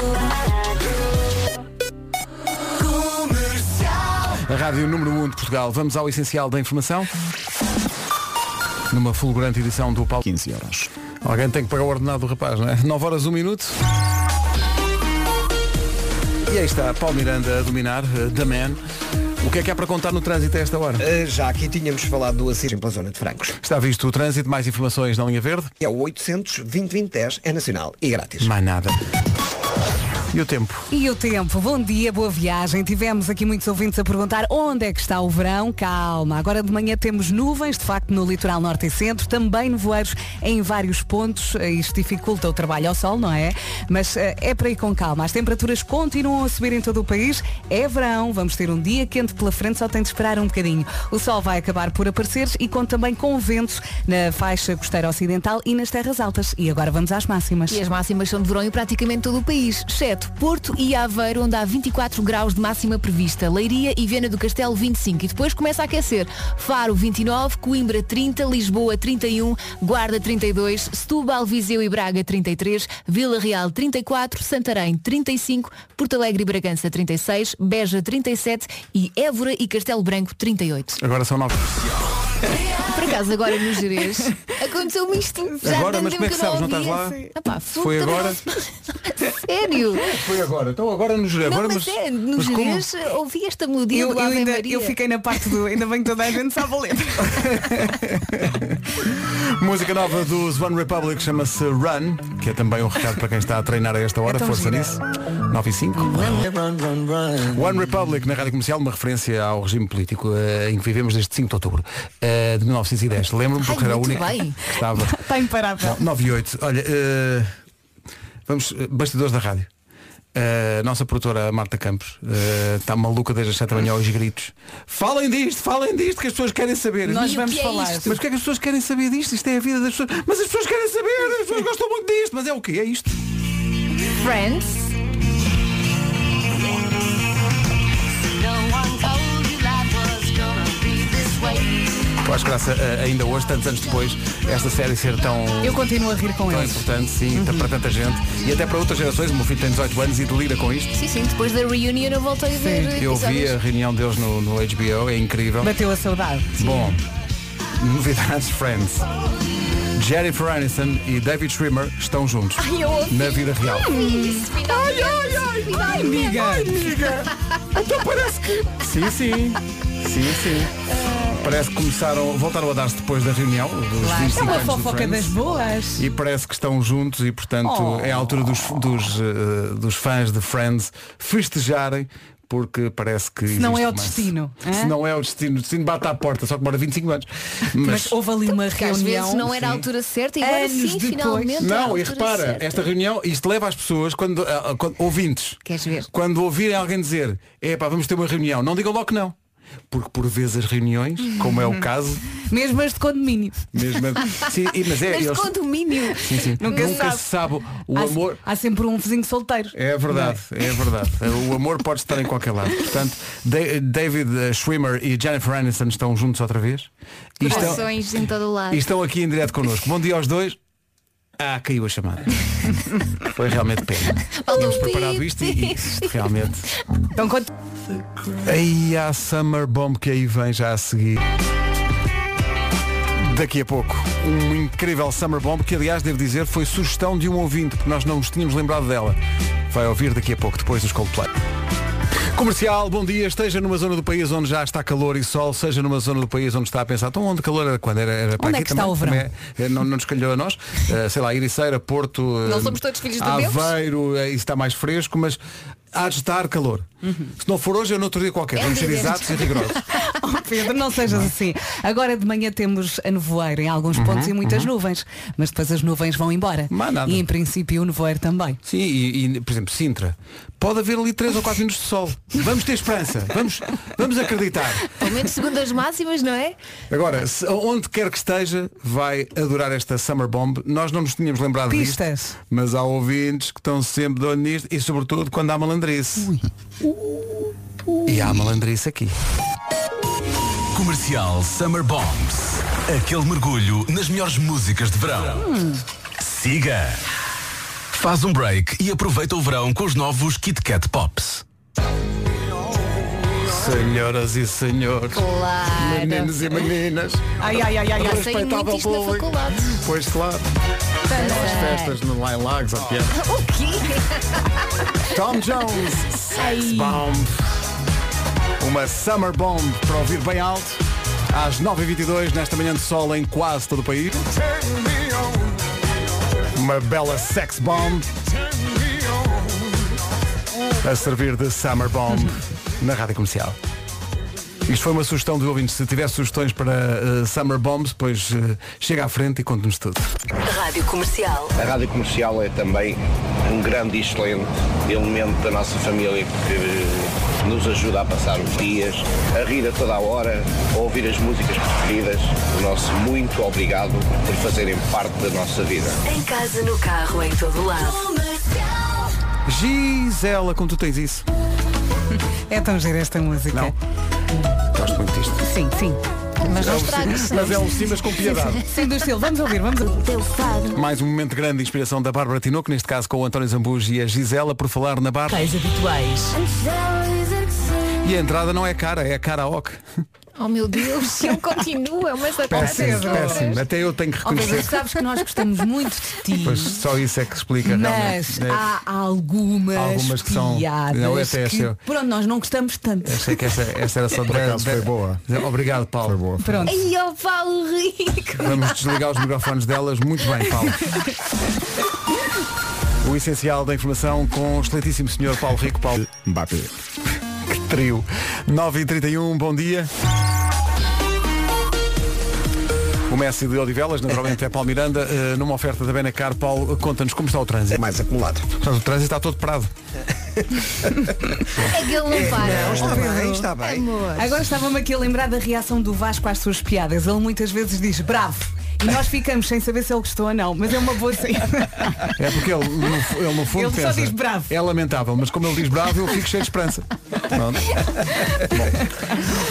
Comercial.
A Rádio Número 1 de Portugal. Vamos ao essencial da informação. Numa fulgurante edição do Paulo.
15 euros.
Alguém tem que pagar o ordenado do rapaz, não é? 9 horas, 1 minuto. E aí está, Paulo Miranda a dominar, eh, The Man. O que é que há para contar no trânsito a esta hora?
Eh, Já aqui tínhamos falado do acidente pela zona de Francos.
Está visto o trânsito, mais informações na linha verde?
É o 800 é nacional e grátis.
Mais nada. E o tempo?
E o tempo? Bom dia, boa viagem. Tivemos aqui muitos ouvintes a perguntar onde é que está o verão. Calma, agora de manhã temos nuvens, de facto, no litoral norte e centro, também nevoeiros em vários pontos. Eh, Isto dificulta o trabalho ao sol, não é? Mas eh, é para ir com calma. As temperaturas continuam a subir em todo o país. É verão, vamos ter um dia quente pela frente, só tem de esperar um bocadinho. O sol vai acabar por aparecer e conta também com ventos na faixa costeira ocidental e nas terras altas. E agora vamos às máximas.
E as máximas são de verão em praticamente todo o país, exceto Porto e Aveiro, onde há 24 graus de máxima prevista. Leiria e Viana do Castelo 25 e depois começa a aquecer. Faro 29, Coimbra 30, Lisboa 31, Guarda 32, Setúbal, Viseu e Braga 33, Vila Real 34, Santarém 35, Porto Alegre e Bragança 36, Beja 37 e Évora e Castelo Branco 38.
Agora são 9.
Por acaso agora no Jerez aconteceu-me isto. Já
Agora?
tanto
Mas como é
tempo
que sabes?
eu
Não estás lá?
ouvia. Ah pá, fogo,
Foi
também
agora?
[laughs] não- Sério?
Foi agora, então agora nos
Não,
agora
mas, é, no
mas como?
Jerez ouvi esta melodia
Eu,
do
eu
Ave
ainda,
Maria.
eu fiquei na parte do ainda bem que toda a gente sabe a letra.
Música nova dos One Republic chama-se Run, que é também um recado para quem está a treinar a esta hora,
É tão
força
gira.
nisso. 9 e 5. One Republic na Rádio Comercial, uma referência ao regime político eh, em que vivemos desde 5 de outubro eh, de 1910. Lembro-me porque
Ai,
era a
muito
única
bem.
que estava.
[laughs] Está imparável.
9 e 8. Olha, eh, vamos, eh, bastidores da rádio. A nossa produtora Marta Campos eh, está maluca desde as 7 da manhã aos gritos. Falem disto, falem disto, que as pessoas querem saber.
Nós E o vamos que é falar. isto?
Mas o que é que as pessoas querem saber disto? Isto é a vida das pessoas. Mas as pessoas querem saber, as pessoas gostam muito disto. Mas é o quê? É isto?
Friends.
Eu acho graça, eh, ainda hoje, tantos anos depois, esta série ser tão.
Eu continuo a rir com
Tão
eles.
É importante, sim, para tanta gente e até para outras gerações. O meu filho tem 18 anos e delira com isto.
Sim, sim, depois da reunião eu voltei a ver
Eu
episódios.
vi a reunião deles no, no HBO, é incrível.
Bateu a saudade.
Bom, novidades Friends. Jennifer Aniston e David Schwimmer estão juntos
Ai, eu ouvi.
na vida real.
Ai, ai, ai, ai,
amiga. Ai,
amiga.
Então parece que... Sim, sim. Sim, sim. Parece que começaram, voltaram a dar-se depois da reunião dos
Claro.
25
É uma
anos do
fofoca
Friends.
das boas.
E parece que estão juntos e, portanto,
Oh.
é a altura dos, dos, eh, dos fãs de Friends festejarem porque parece que.
Se não
existe
é o
romance.
destino,
[laughs] Se
hã?
não é o destino, o destino bate à porta, só que demora 25 anos.
Mas, houve ali uma
Que às
reunião.
vezes não era a altura certa e agora
Anos
sim,
depois.
finalmente. é a
Não, e
altura
repara,
certa.
esta reunião, isto leva as pessoas, quando, ah, ah, quando- ouvintes,
Queres ver?
quando ouvirem alguém dizer, é pá, vamos ter uma reunião, não digam logo que não. Porque por vezes as reuniões, como é
[laughs]
o caso,
Mesmo as de condomínio.
mesmo. Sim, e- mas é,
Mas de
eles-
condomínio.
Sim, sim.
Nunca,
Nunca se sabe. O
há,
amor-
Há sempre um vizinho solteiro.
É verdade, é verdade. O amor pode estar em qualquer lado. Portanto, Da- David eh, Schwimmer e Jennifer Aniston estão juntos outra vez. E estão,
Corações em todo o lado.
e estão aqui em direto connosco. Bom dia aos dois. Ah, caiu a chamada. Foi realmente pena. Tínhamos preparado isto e, e isto realmente.
Então, quanto...
Aí há a Summer Bomb que aí vem já a seguir. Daqui a pouco, um incrível Summer Bomb que, aliás, devo dizer, foi sugestão de um ouvinte, porque nós não nos tínhamos lembrado dela. Vai ouvir daqui a pouco, depois dos Coldplay. Comercial, bom dia. Esteja numa zona do país onde já está calor e sol, seja numa zona do país onde está a pensar, então onde calor era quando? Era, era para
Onde é
aqui
que está
também?
o verão?
Também é- é, não, não nos calhou a nós. Eh, sei lá, Iriceira, Porto, eh,
Não somos todos filhos de Deus?
Aveiro, eh, isso está mais fresco, mas há de estar calor. Se não for hoje, é no outro dia qualquer.
É
Vamos ser
evidente.
exatos
[laughs]
e rigorosos.
[laughs] Oh, Pedro, não sejas assim. Agora de manhã temos a nevoeiro em alguns
Uhum,
pontos e muitas
uhum.
nuvens, mas depois as nuvens vão embora. E em princípio o nevoeiro também.
Sim, e, e, por exemplo, Sintra. Pode haver ali 3 ou 4 minutos de sol. Vamos ter esperança. Vamos, vamos acreditar.
Pelo menos segundo as máximas, não é?
Agora, se- onde quer que esteja, vai adorar esta Summer Bomb. Nós não nos tínhamos lembrado disto, mas há ouvintes que estão sempre de olho nisto e sobretudo quando há malandrice. E há malandrice aqui.
Comercial Summer Bombs. Aquele mergulho nas melhores músicas de verão. Siga. Faz um break e aproveita o verão com os novos Kit Kat Pops.
Senhoras e senhores.
Claro.
Meninos e meninas.
Ai, ai, ai, ai, ai.
Passei muito isto na faculdade.
Pois claro. As
Passei.
festas no Lá em Lagos, aqui é.
[laughs] O quê?
Tom Jones, Sex Bomb. Uma Summer Bomb para ouvir bem alto. Às 9h22, nesta manhã de sol em quase todo o país. Uma bela Sex Bomb a servir de Summer Bomb na rádio comercial. Isto foi uma sugestão do ouvinte. Se tiver sugestões para eh, Summer Bombs, pois eh, chega à frente e conte-nos tudo.
Rádio Comercial. A Rádio Comercial é também um grande e excelente elemento da nossa família que nos ajuda a passar os dias, a rir a toda a hora, a ouvir as músicas preferidas. O nosso muito obrigado por fazerem parte da nossa vida.
Em casa, no carro, em todo lado.
Gisela, como tu tens isso?
É tão gira esta música.
Gosto muito disto.
Sim, sim.
Mas não É o estragues, sim- não é? mas é o sim, mas com piedade.
Sim, do estilo. Vamos ouvir, vamos ouvir.
[laughs] Mais um momento de grande inspiração da Bárbara Tinoco, neste caso com o António Zambujo e a Gisela, por falar na barra.
habituais.
E a entrada não é cara, é a karaoke.
Oh meu Deus, é ele continua, mas
Péssimo, péssimo. Até eu tenho é que
Oh, Pedro,
reconhecer.
sabes que nós gostamos muito de ti.
Pois só isso é que explica
Mas ah.
realmente. É-
há algumas,
Algumas que são-
piadas
Não, essa é
que,
essa.
pronto, nós não gostamos tanto.
Achei que essa, essa era só
Por
de-
acaso
de-
foi boa.
Obrigado, Paulo. Foi boa.
Pronto. E ó Paulo Rico.
Vamos desligar os microfones delas. Muito bem, Paulo. O essencial da informação com o excelentíssimo senhor Paulo Rico. Paulo.
Mbappé.
Que trio. 9h31, bom dia. O Messi de Odivelas, naturalmente é Paulo Miranda, eh, numa oferta da Benacar. Paulo, conta-nos como está o trânsito. É
mais acumulado.
o trânsito está todo parado.
É que ele não para.
Não, está bem,
é
está bem.
Agora estava-me aqui a lembrar da reação do Vasco às suas piadas. Ele muitas vezes diz bravo. E nós ficamos sem saber se ele gostou ou não, mas é uma boa saída.
É porque ele, no, ele no fundo
Ele só
pensa,
diz bravo.
É lamentável, mas como ele diz bravo, eu fico cheio de esperança. Pronto.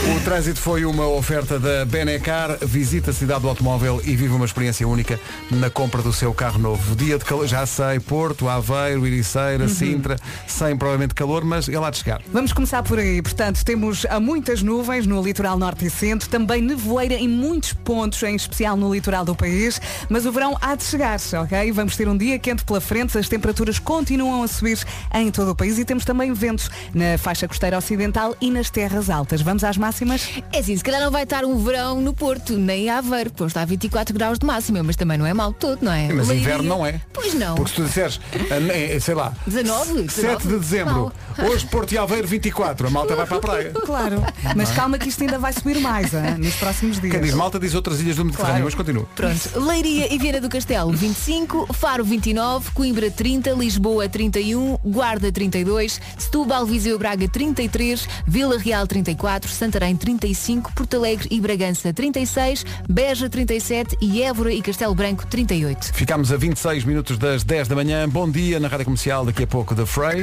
Bom, o trânsito foi uma oferta da Benecar. Visita a cidade do automóvel e vive uma experiência única na compra do seu carro novo. Dia de calor, já sei, Porto, Aveiro, Iriceira,
Uhum.
Sintra, sem provavelmente calor, mas é lá de chegar.
Vamos começar por aí. Portanto, temos ah, muitas nuvens no litoral norte e centro, também nevoeira em muitos pontos, em especial no litoral do país, mas o verão há de chegar-se, ok? Vamos ter um dia quente pela frente, as temperaturas continuam a subir em todo o país e temos também ventos na faixa costeira ocidental e nas terras altas. Vamos às máximas?
É assim, se calhar não vai estar um verão no Porto, nem em Aveiro, pois está a 24 graus de máxima, mas também não é mal todo, não é?
Mas
Leiria-
inverno não é.
Pois não.
Porque se tu disseres, ah, eh, sei lá,
19,
7
19,
de dezembro, hoje Porto e Aveiro 24, a malta vai para a praia.
[laughs] Claro, mas calma que isto ainda vai subir mais ah, nos próximos dias.
Quem diz malta diz outras ilhas do Mediterrâneo,
Claro.
mas continua.
Pronto, Leiria e Viana do Castelo 25, Faro 29, Coimbra 30, Lisboa 31, Guarda 32, Setúbal, Viseu e Braga 33, Vila Real 34, Santarém 35, Porto Alegre e Bragança 36, Beja 37 e Évora e Castelo Branco 38.
Ficámos a 26 minutos das 10 da manhã. Bom dia na Rádio Comercial, daqui a pouco da Frey.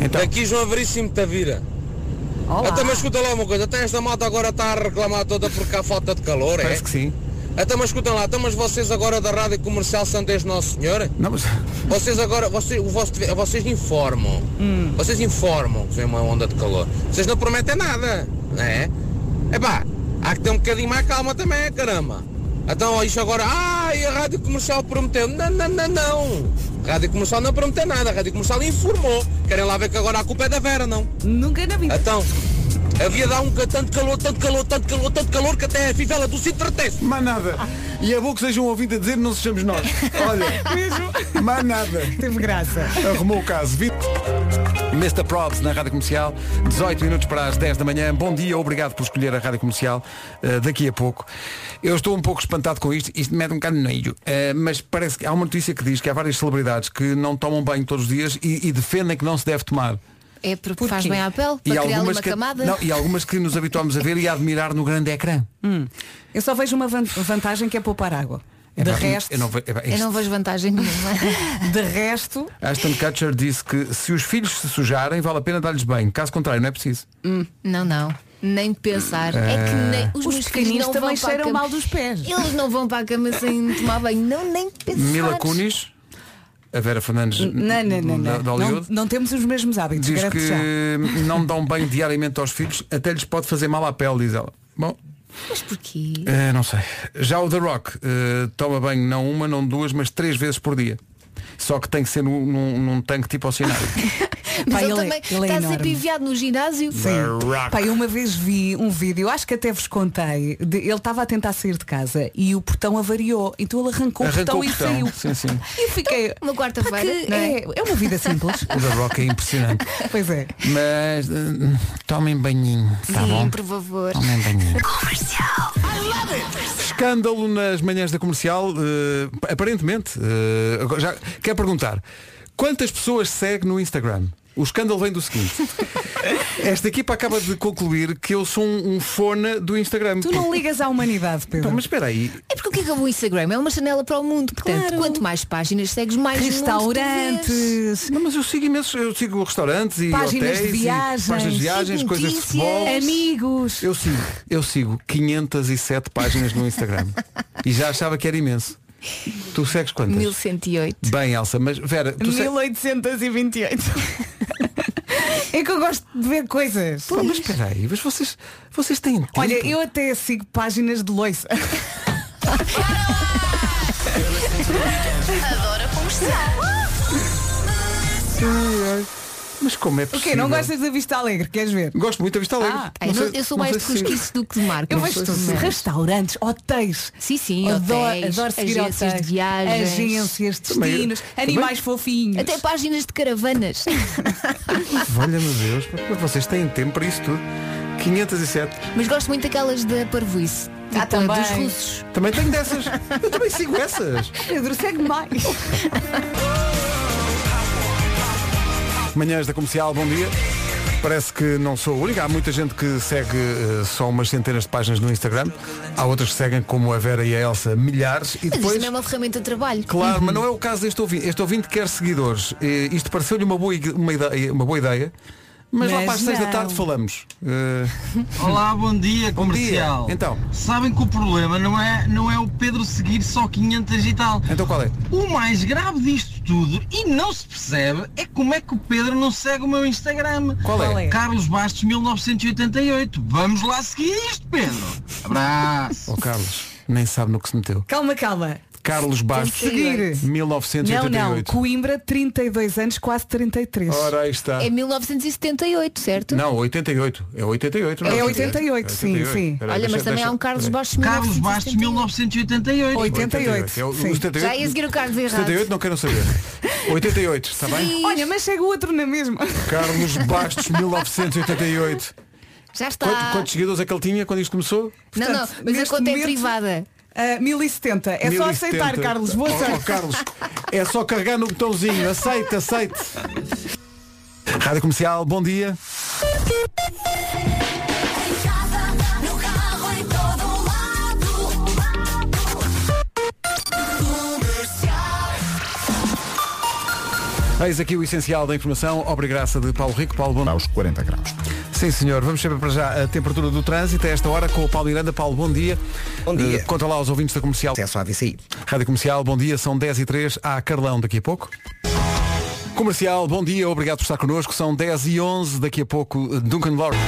Então,
Aqui João Veríssimo de Tavira.
Olá.
Até mas escuta lá uma coisa, até esta malta agora está a reclamar toda porque há falta de calor, é?
Parece que sim.
Até mas escutem lá, até mas vocês agora da Rádio Comercial são desde Nosso Senhor?
Não, mas... [laughs]
Vocês agora, vocês, o vosso dever- vocês informam. Vocês informam que vem uma onda de calor. Vocês não prometem nada, não é? Epá, há que ter um bocadinho mais calma também, caramba. Então ó, isto agora, ai, a Rádio Comercial prometeu. Não, não, não, não. Rádio Comercial não prometeu nada, a Rádio Comercial informou. Querem lá ver que agora a culpa é da Vera, não?
Nunca na vida.
Então, havia dado um ca- tanto calor, tanto calor, tanto calor, tanto calor que até a fivela do cinto derreteu-se.
Mas nada. E é bom que sejam ouvindo a dizer não sejamos nós. Olha, mesmo. Mas nada.
[laughs] Teve graça.
Arrumou o caso. Vi- Mr. Probs na Rádio Comercial, 18 minutos para as 10 da manhã. Bom dia, obrigado por escolher a Rádio Comercial eh, daqui a pouco. Eu estou um pouco espantado com isto, isto me mete um bocado no nojo, Eh, mas parece que há uma notícia que diz que há várias celebridades que não tomam banho todos os dias e, e defendem que não se deve tomar.
É porque faz bem à pele, para criar ali uma
que,
camada.
não, e algumas que nos habituamos a ver e a admirar no grande ecrã.
Hum. Eu só vejo uma van- vantagem que é poupar água.
É
de
pá,
resto,
eu não ve- é pá, isto-
Eu não vejo vantagem nenhuma.
[laughs]
de resto,
Ashton Kutcher disse que se os filhos se sujarem, vale a pena dar-lhes banho. Caso contrário, não é preciso.
Hum, não, não. Nem pensar. É que nem, os,
Os
meus
pequeninos
filhos não
também
vão para a
cheiram
cama.
mal dos pés.
Eles não vão para a cama sem tomar banho. Não, nem pensar.
Mila Kunis, a Vera Fernandes
não, não, não,
da-
não.
da
Não,
Hollywood,
não temos os mesmos hábitos,
diz
garanto já.
que [laughs] não dão banho diariamente aos filhos, até lhes pode fazer mal à pele, diz ela. Bom,
Mas porquê?
eh, não sei. Já o The Rock eh, toma banho não uma, não duas, mas três vezes por dia. Só que tem que ser num, num- num tanque
[laughs]
tipo oceanário.
Mas
Pá,
ele,
ele é-
também
ele é
está a ser
enorme.
piviado no ginásio.
Sim.
Rock.
Pá, eu uma vez vi um vídeo, acho que até vos contei, de- ele estava a tentar sair de casa e o portão avariou, então ele arrancou,
Arrancou
o portão
o
e
portão.
saiu.
Sim, sim.
E eu fiquei.
Uma
pá,
quarta-feira.
que
Então, não
é, é uma vida
[laughs]
simples.
O The Rock é impressionante.
pois é.
Mas eh, tomem banhinho, tá bom?
por favor.
Tomem banhinho.
Comercial.
Escândalo nas manhãs da comercial, eh, aparentemente. eh, agora já, quer perguntar, quantas pessoas segue no Instagram? O escândalo vem
[laughs]
do seguinte. Esta equipa acaba de concluir que eu sou um, um fona do Instagram.
Tu não ligas à humanidade, Pedro.
Então, mas espera aí.
É porque o que é que é o Instagram? É uma janela para o mundo. Portanto, quanto mais páginas segues, mais mundo tu vês.
Restaurantes,
Não, mas eu sigo imensos, eu sigo restaurantes e
páginas
hotéis
de
e
viagens,
páginas de viagens,
Sigo
coisas de
notícias.
futebol.
amigos.
Eu sigo, eu sigo 507 páginas no Instagram. e já achava que era imenso. Tu segues quantas?
1108.
Bem, Elsa, mas Vera, tu segues.
1828. [laughs] é que eu gosto de ver coisas.
Pá, mas espera aí, mas vocês, vocês têm tempo.
Olha, eu até sigo páginas de loiça.
Adora
Ai, ai. Mas como é
O
possível?
quê? Não gostas da Vista Alegre? Queres ver?
Gosto muito da Vista Alegre.
Ah,
Ai,
Não
não-
sei-
eu sou
não
mais
sei
de
se-
resquício do que de marca.
Eu
não
vejo
sou
tudo.
de marca.
Restaurantes, hotéis.
Sim, sim,
Adoro,
hotéis,
adoro seguir
agências
hotéis.
de viagens.
Agências,
Também-
destinos,
também-
animais fofinhos.
Até páginas de caravanas.
Valha-me Deus, como é que vocês têm tempo para isso tudo? 507.
Mas gosto muito daquelas da parvoíce.
Ah,
Tipo,
também.
Dos russos.
Também tenho dessas. eu também sigo essas.
Pedro, segue mais.
Manhãs da Comercial, bom dia. Parece que não sou a única. Há muita gente que segue eh, só umas centenas de páginas no Instagram. Há outras que seguem, como a Vera e a Elsa, milhares. E
Mas
depois,
isso não é uma ferramenta de trabalho.
[laughs]
Hum.
claro, mas não é o caso deste ouvinte. Este ouvinte quer seguidores. Eh, isto pareceu-lhe uma boa, ide- uma ideia, uma boa ideia. Mas, lá
Mas
para as seis da
não.
tarde falamos. Eh,
Olá, bom dia,
Bom dia.
comercial.
Então.
Sabem que o problema não é, não é o Pedro seguir só 500 e tal.
então qual é?
O mais grave disto tudo, e não se percebe, é como é que o Pedro não segue o meu Instagram.
Qual
[laughs]
é?
Qual é?
Carlos Bastos 1988. Vamos lá seguir isto, Pedro. Abraço.
Oh, Carlos, nem sabe no que se meteu.
Calma, calma.
Carlos Bastos,
Seguir. Não,
1988.
não. Coimbra, 32 anos, quase 33.
Ora, aí está.
É 1978, certo?
Não, 88. É 88. não
É 88, sim, sim.
Espera aí,
Olha, mas
deixa-
também há
deixa-
um Carlos
espera aí.
Bastos
Carlos Bastos 1988.
88.
É o- o
sim.
78.
Já ia seguir o Carlos errado.
78 não
[laughs]
quero saber. 88, está tá bem?
Sim,
Olha, mas chega o outro na mesma. [laughs]
Carlos
[laughs]
Bastos, 1988.
já está.
Quanto- quantos seguidores é que ele tinha quando isto começou?
Não, não,
Portanto,
mas a
neste
conta é
momento-
privada.
Ah, 1070. É só
1070.
aceitar, Carlos. Vou
Oh,
aceitar.
oh, Carlos, é só carregar no botãozinho. Aceite, aceite. Rádio Comercial, bom dia.
Em casa, no carro, em todo lado. Comercial.
Eis aqui o essencial da informação. Obra e graça de Paulo Rico. Paulo, bom
Aos 40 graus.
Sim, senhor. Vamos saber para já a temperatura do trânsito a esta hora com o Paulo Miranda. Paulo, bom dia.
Bom dia.
Eh, conta lá aos ouvintes da comercial.
Acesso à VCI.
Rádio Comercial, bom dia. São 10 e 3 Há Carlão daqui a pouco. Comercial, bom dia. Obrigado por estar connosco. São 10 e 11 Daqui a pouco, eh, Duncan Lawrence.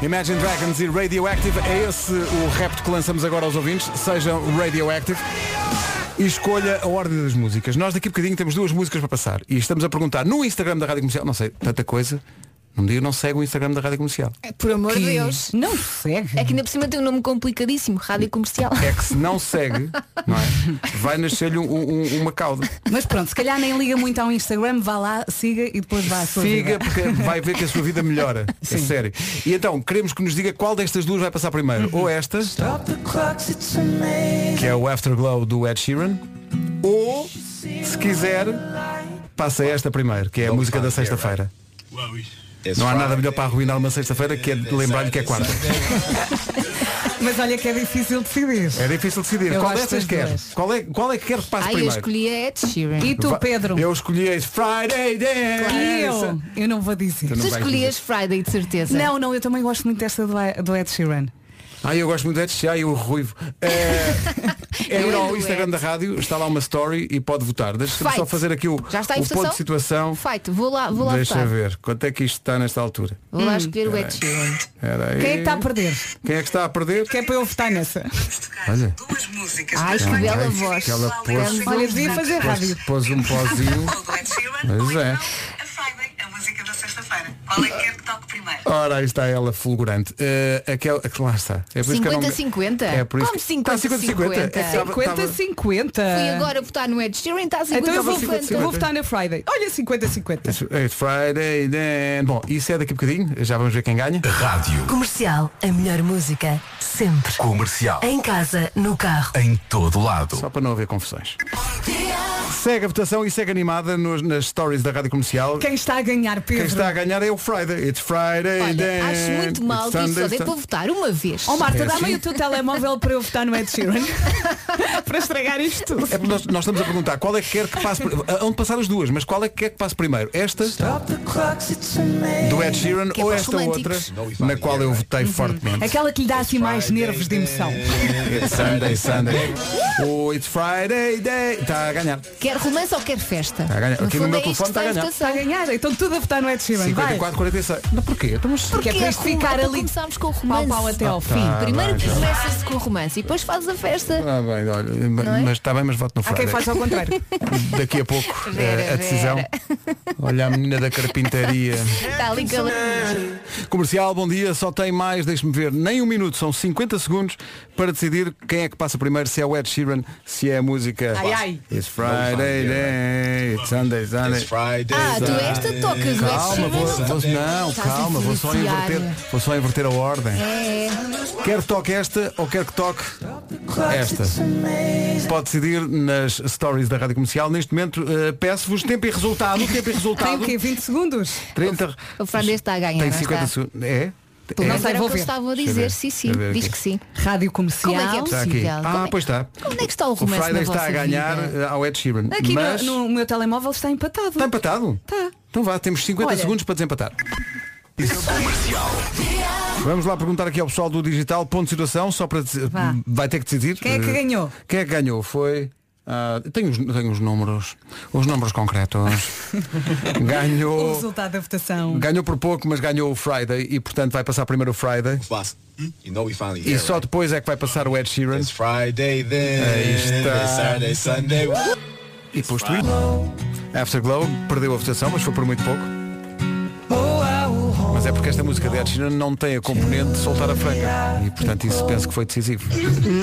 Imagine Dragons e Radioactive. É esse o repto que lançamos agora aos ouvintes. Sejam Radioactive. e escolha a ordem das músicas. Nós daqui a bocadinho temos duas músicas para passar e estamos a perguntar no Instagram da Rádio Comercial, não sei, tanta coisa, não me diga, não segue o Instagram da Rádio Comercial.
É, Por amor
Que
de Deus.
Não segue.
É que ainda por cima tem um nome complicadíssimo, rádio comercial.
É que se não segue, não é? Vai nascer-lhe um- um- uma cauda.
Mas pronto, se calhar nem liga muito ao Instagram, vá lá, siga e depois vá à sua
Siga
vida.
porque vai ver que a sua vida
[laughs]
melhora. É sério. E então, queremos que nos diga qual destas duas vai passar primeiro.
Uhum.
Ou esta, que é o Afterglow do Ed Sheeran, ou, se quiser, passa esta primeiro, que é a música da sexta-feira. Não há nada melhor para arruinar uma sexta-feira que é lembrar-lhe que é quarta.
Mas olha que é difícil decidir.
É difícil decidir.
Eu
qual
gosto
destas
das
quer?
duas.
Qual é, qual é que quer que passe
Ai, eu
primeiro?
escolhi a Ed Sheeran.
E tu,
Va-
Pedro?
Eu escolhi esse Friday Dance.
E eu? Eu não vou dizer.
Tu não
Tu
vais
escolhias Friday, de certeza.
Não, não, eu também gosto muito desta do, do Ed Sheeran.
Ah, eu gosto muito de Ed Sheeran e o Ruivo. É,
[laughs]
é ir ao
Dueto.
Instagram da rádio, está lá uma story e pode votar. Deixa-me só
Fight.
fazer aqui o,
Já está em
o ponto de situação.
Feito, vou lá, vou lá
Deixa
votar.
ver, quanto é que isto está nesta altura?
Vou lá escolher o
Espera
Ed
aí.
Sheeran.
Espera aí.
Quem é que está a perder?
Quem é que está a perder?
Quem é para eu votar nessa?
Olha,
Ai, que
Ai,
bela
que
voz.
ela pôs-
Grande voz.
Olha, devia fazer rádio.
pôs, pôs um pozinho. Pois é.
Qual é que é que toque primeiro?
Ora, aí está ela fulgurante. Eh, aquela, que lá está. É por isso que eu não-
50-50?
É por isso
Como
que- Está 50-50. É que estava- estava-
50-50.
Fui agora votar no Ed Sheeran, está a 50
Então eu vou, eu
50.
vou votar na Friday. Olha, 50-50.
It's, it's É Friday then. Bom, isso é daqui a bocadinho, já vamos ver quem ganha. Rádio.
Comercial, a melhor música, sempre.
Comercial.
Em casa, no carro.
Em todo lado. Só para não haver confusões. Segue a votação e segue animada nos- nas stories da Rádio Comercial.
é
Quem está a ganhar, Pedro?
Quem está a ganhar é o Friday. It's Friday then.
Olha, acho muito mal
It's
que isso só
Sunday,
dê para
Sun-
votar uma vez.
Oh Marta,
É
dá-me aí
assim?
o teu telemóvel para eu votar no Ed Sheeran. [laughs] para estragar isto tudo.
É porque nós, nós estamos a perguntar qual é que quer que passe. pri- a- Onde passar as duas, mas qual é que quer que passe primeiro? Esta do Ed Sheeran
Que é
ou
para os
esta outra
românticos.
na qual eu votei
Uhum. É
fortemente?
Aquela que lhe dá assim mais nervos de emoção.
It's Sunday, Sunday. O It's Friday Day. Está a ganhar.
Quer romance ou quer festa?
Está Tá a ganhar. Aqui no
fundo
meu
é isto
telefone está a
que
ganhar.
Está a ganhar, então tudo a votar no Ed Sheeran. vai.
54, 46. Mas porquê? Então, mas-
Porque é para isto ficar ali.
Começámos Então com o romance.
pau até ao
Ah, fim. tá,
Primeiro
vai, já.
começas com o romance e depois fazes a festa.
Ah, bem, olha, mas-
Não é?
mas está bem, mas voto no
Há
Friday.
quem faça ao contrário.
Daqui a pouco
[laughs] Vera,
eh, a decisão.
Vera.
Olha a menina
[laughs]
da carpintaria.
Está Tá ali calor.
Comercial, bom dia. Só tem mais, deixe-me ver, nem um minuto, são 50 segundos para decidir quem é que passa primeiro, se é o Ed Sheeran, se é a música.
Ai, ai.
It's Friday Day, it's Sunday, Sunday.
Ah, tu
esta tocas o Ed
Calma,
Sheeran.
vou, vou- não,
Estás
calma, vou só
influenciar.
inverter, vou só inverter a ordem.
É.
Quer que toque esta ou quer que toque esta? Pode decidir nas stories da Rádio Comercial. Neste momento, eh, peço-vos tempo e resultado. Tempo e resultado.
Tem o quê? 20 segundos?
30.
O Fernandes está a ganhar.
Tem
não
50
está?
segundos. É?
Pelo
É?
menos era o que eles estavam a
Deixa eu
dizer,
ver.
sim, sim.
Deixa eu ver
Diz
aqui.
que sim.
Rádio comercial.
Como é que é
Está
possível?
aqui.
Como
Ah,
é-
pois está.
Onde é que está o
O
romance
Friday
na
está a
vossa
ganhar
vida?
eh, ao Ed Sheeran.
Tá. Aqui no-
mas...
no, meu telemóvel está empatado.
Está empatado?
Tá.
Está. Então vá, temos 50
Olha.
segundos para desempatar. Vamos lá perguntar aqui ao pessoal do digital, ponto de situação, só para dizer-
Vá.
vai ter que decidir.
Quem é que
Eh,
ganhou?
Quem é que ganhou? Foi. ah, tenho, os, tenho os números. Os
[laughs]
números concretos.
O
ganhou.
resultado da votação.
Ganhou por pouco, mas ganhou o Friday e portanto vai passar primeiro o Friday.
You know we finally
E só depois é que vai passar o Ed Sheeran.
Friday then.
Aí
It's
está.
Saturday, Sunday.
E depois tu. Afterglow perdeu a votação, mas foi por muito pouco. Mas é porque esta música de Ed Sheeran não tem a componente de soltar a franga. E portanto isso penso que foi decisivo.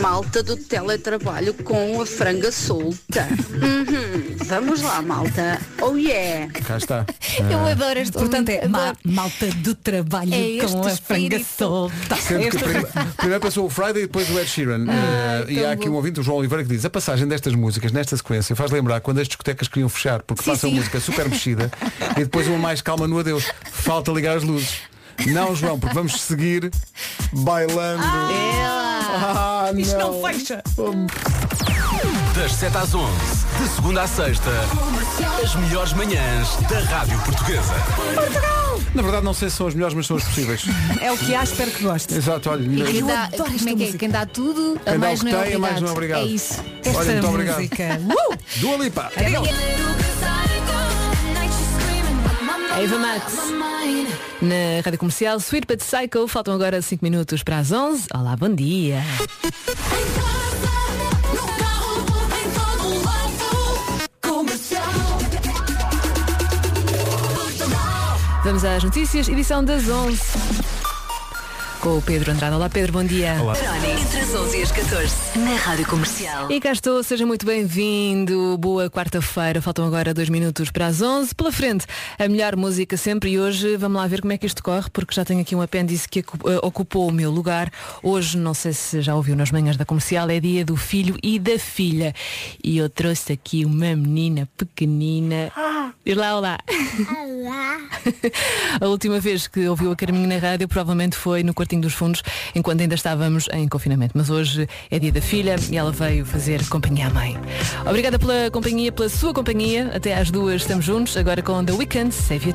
Malta do teletrabalho com a franga solta. Uhum, Vamos lá, malta. Oh yeah!
Cá está.
Eu
Ah.
adoro este Portanto, é ma- malta do trabalho
É este
com a
espírito.
franga solta.
Sendo que
Este- Ah,
prime- primeiro passou o Friday e depois o Ed Sheeran. Eh, e
tão
há aqui
bom.
um ouvinte, o João Oliveira, que diz a passagem destas músicas nesta sequência faz lembrar quando as discotecas queriam fechar porque
Sim,
passam
sim.
música super mexida e depois uma mais calma no adeus. Falta ligar as luzes. Não, João, porque vamos seguir bailando.
Ah,
Isto não fecha.
Das 7 às 11, de segunda à sexta, as melhores manhãs da Rádio Portuguesa.
Na verdade não sei se são as melhores, mas são as possíveis.
É o que há, espero que goste.
[laughs] Exato, olha.
E quem
eu
dá,
adoro
como é que é? Quem dá tudo,
Quem
a
dá
mais
o que
não é
tem, a
obrigado.
mais não é obrigado.
É isso.
Olha, muito obrigado.
Uh!
Dua Lipa.
Eva Max. Na rádio comercial Sweet But Psycho, faltam agora 5 minutos para as 11. Olá, bom dia. Vamos às notícias, edição das 11. Com o Pedro Andrade. Olá Pedro, bom dia.
Verónica, entre as 11 e as 14, na Rádio Comercial.
E cá estou, seja muito bem-vindo. Boa quarta-feira, faltam agora dois minutos para as 11. Pela frente, a melhor música sempre. E hoje vamos lá ver como é que isto corre, porque já tenho aqui um apêndice que ocu- eh, ocupou o meu lugar. Hoje, não sei se já ouviu nas manhãs da comercial, é dia do filho e da filha. E eu trouxe aqui uma menina pequenina. Diz lá, olá. A última vez que ouviu a Carminho na rádio provavelmente foi no Quartinho dos Fundos, enquanto ainda estávamos em confinamento. Mas hoje é dia da filha e ela veio fazer companhia à mãe. Obrigada pela companhia, pela sua companhia. Até às duas estamos juntos, agora com The Weekend. Save it.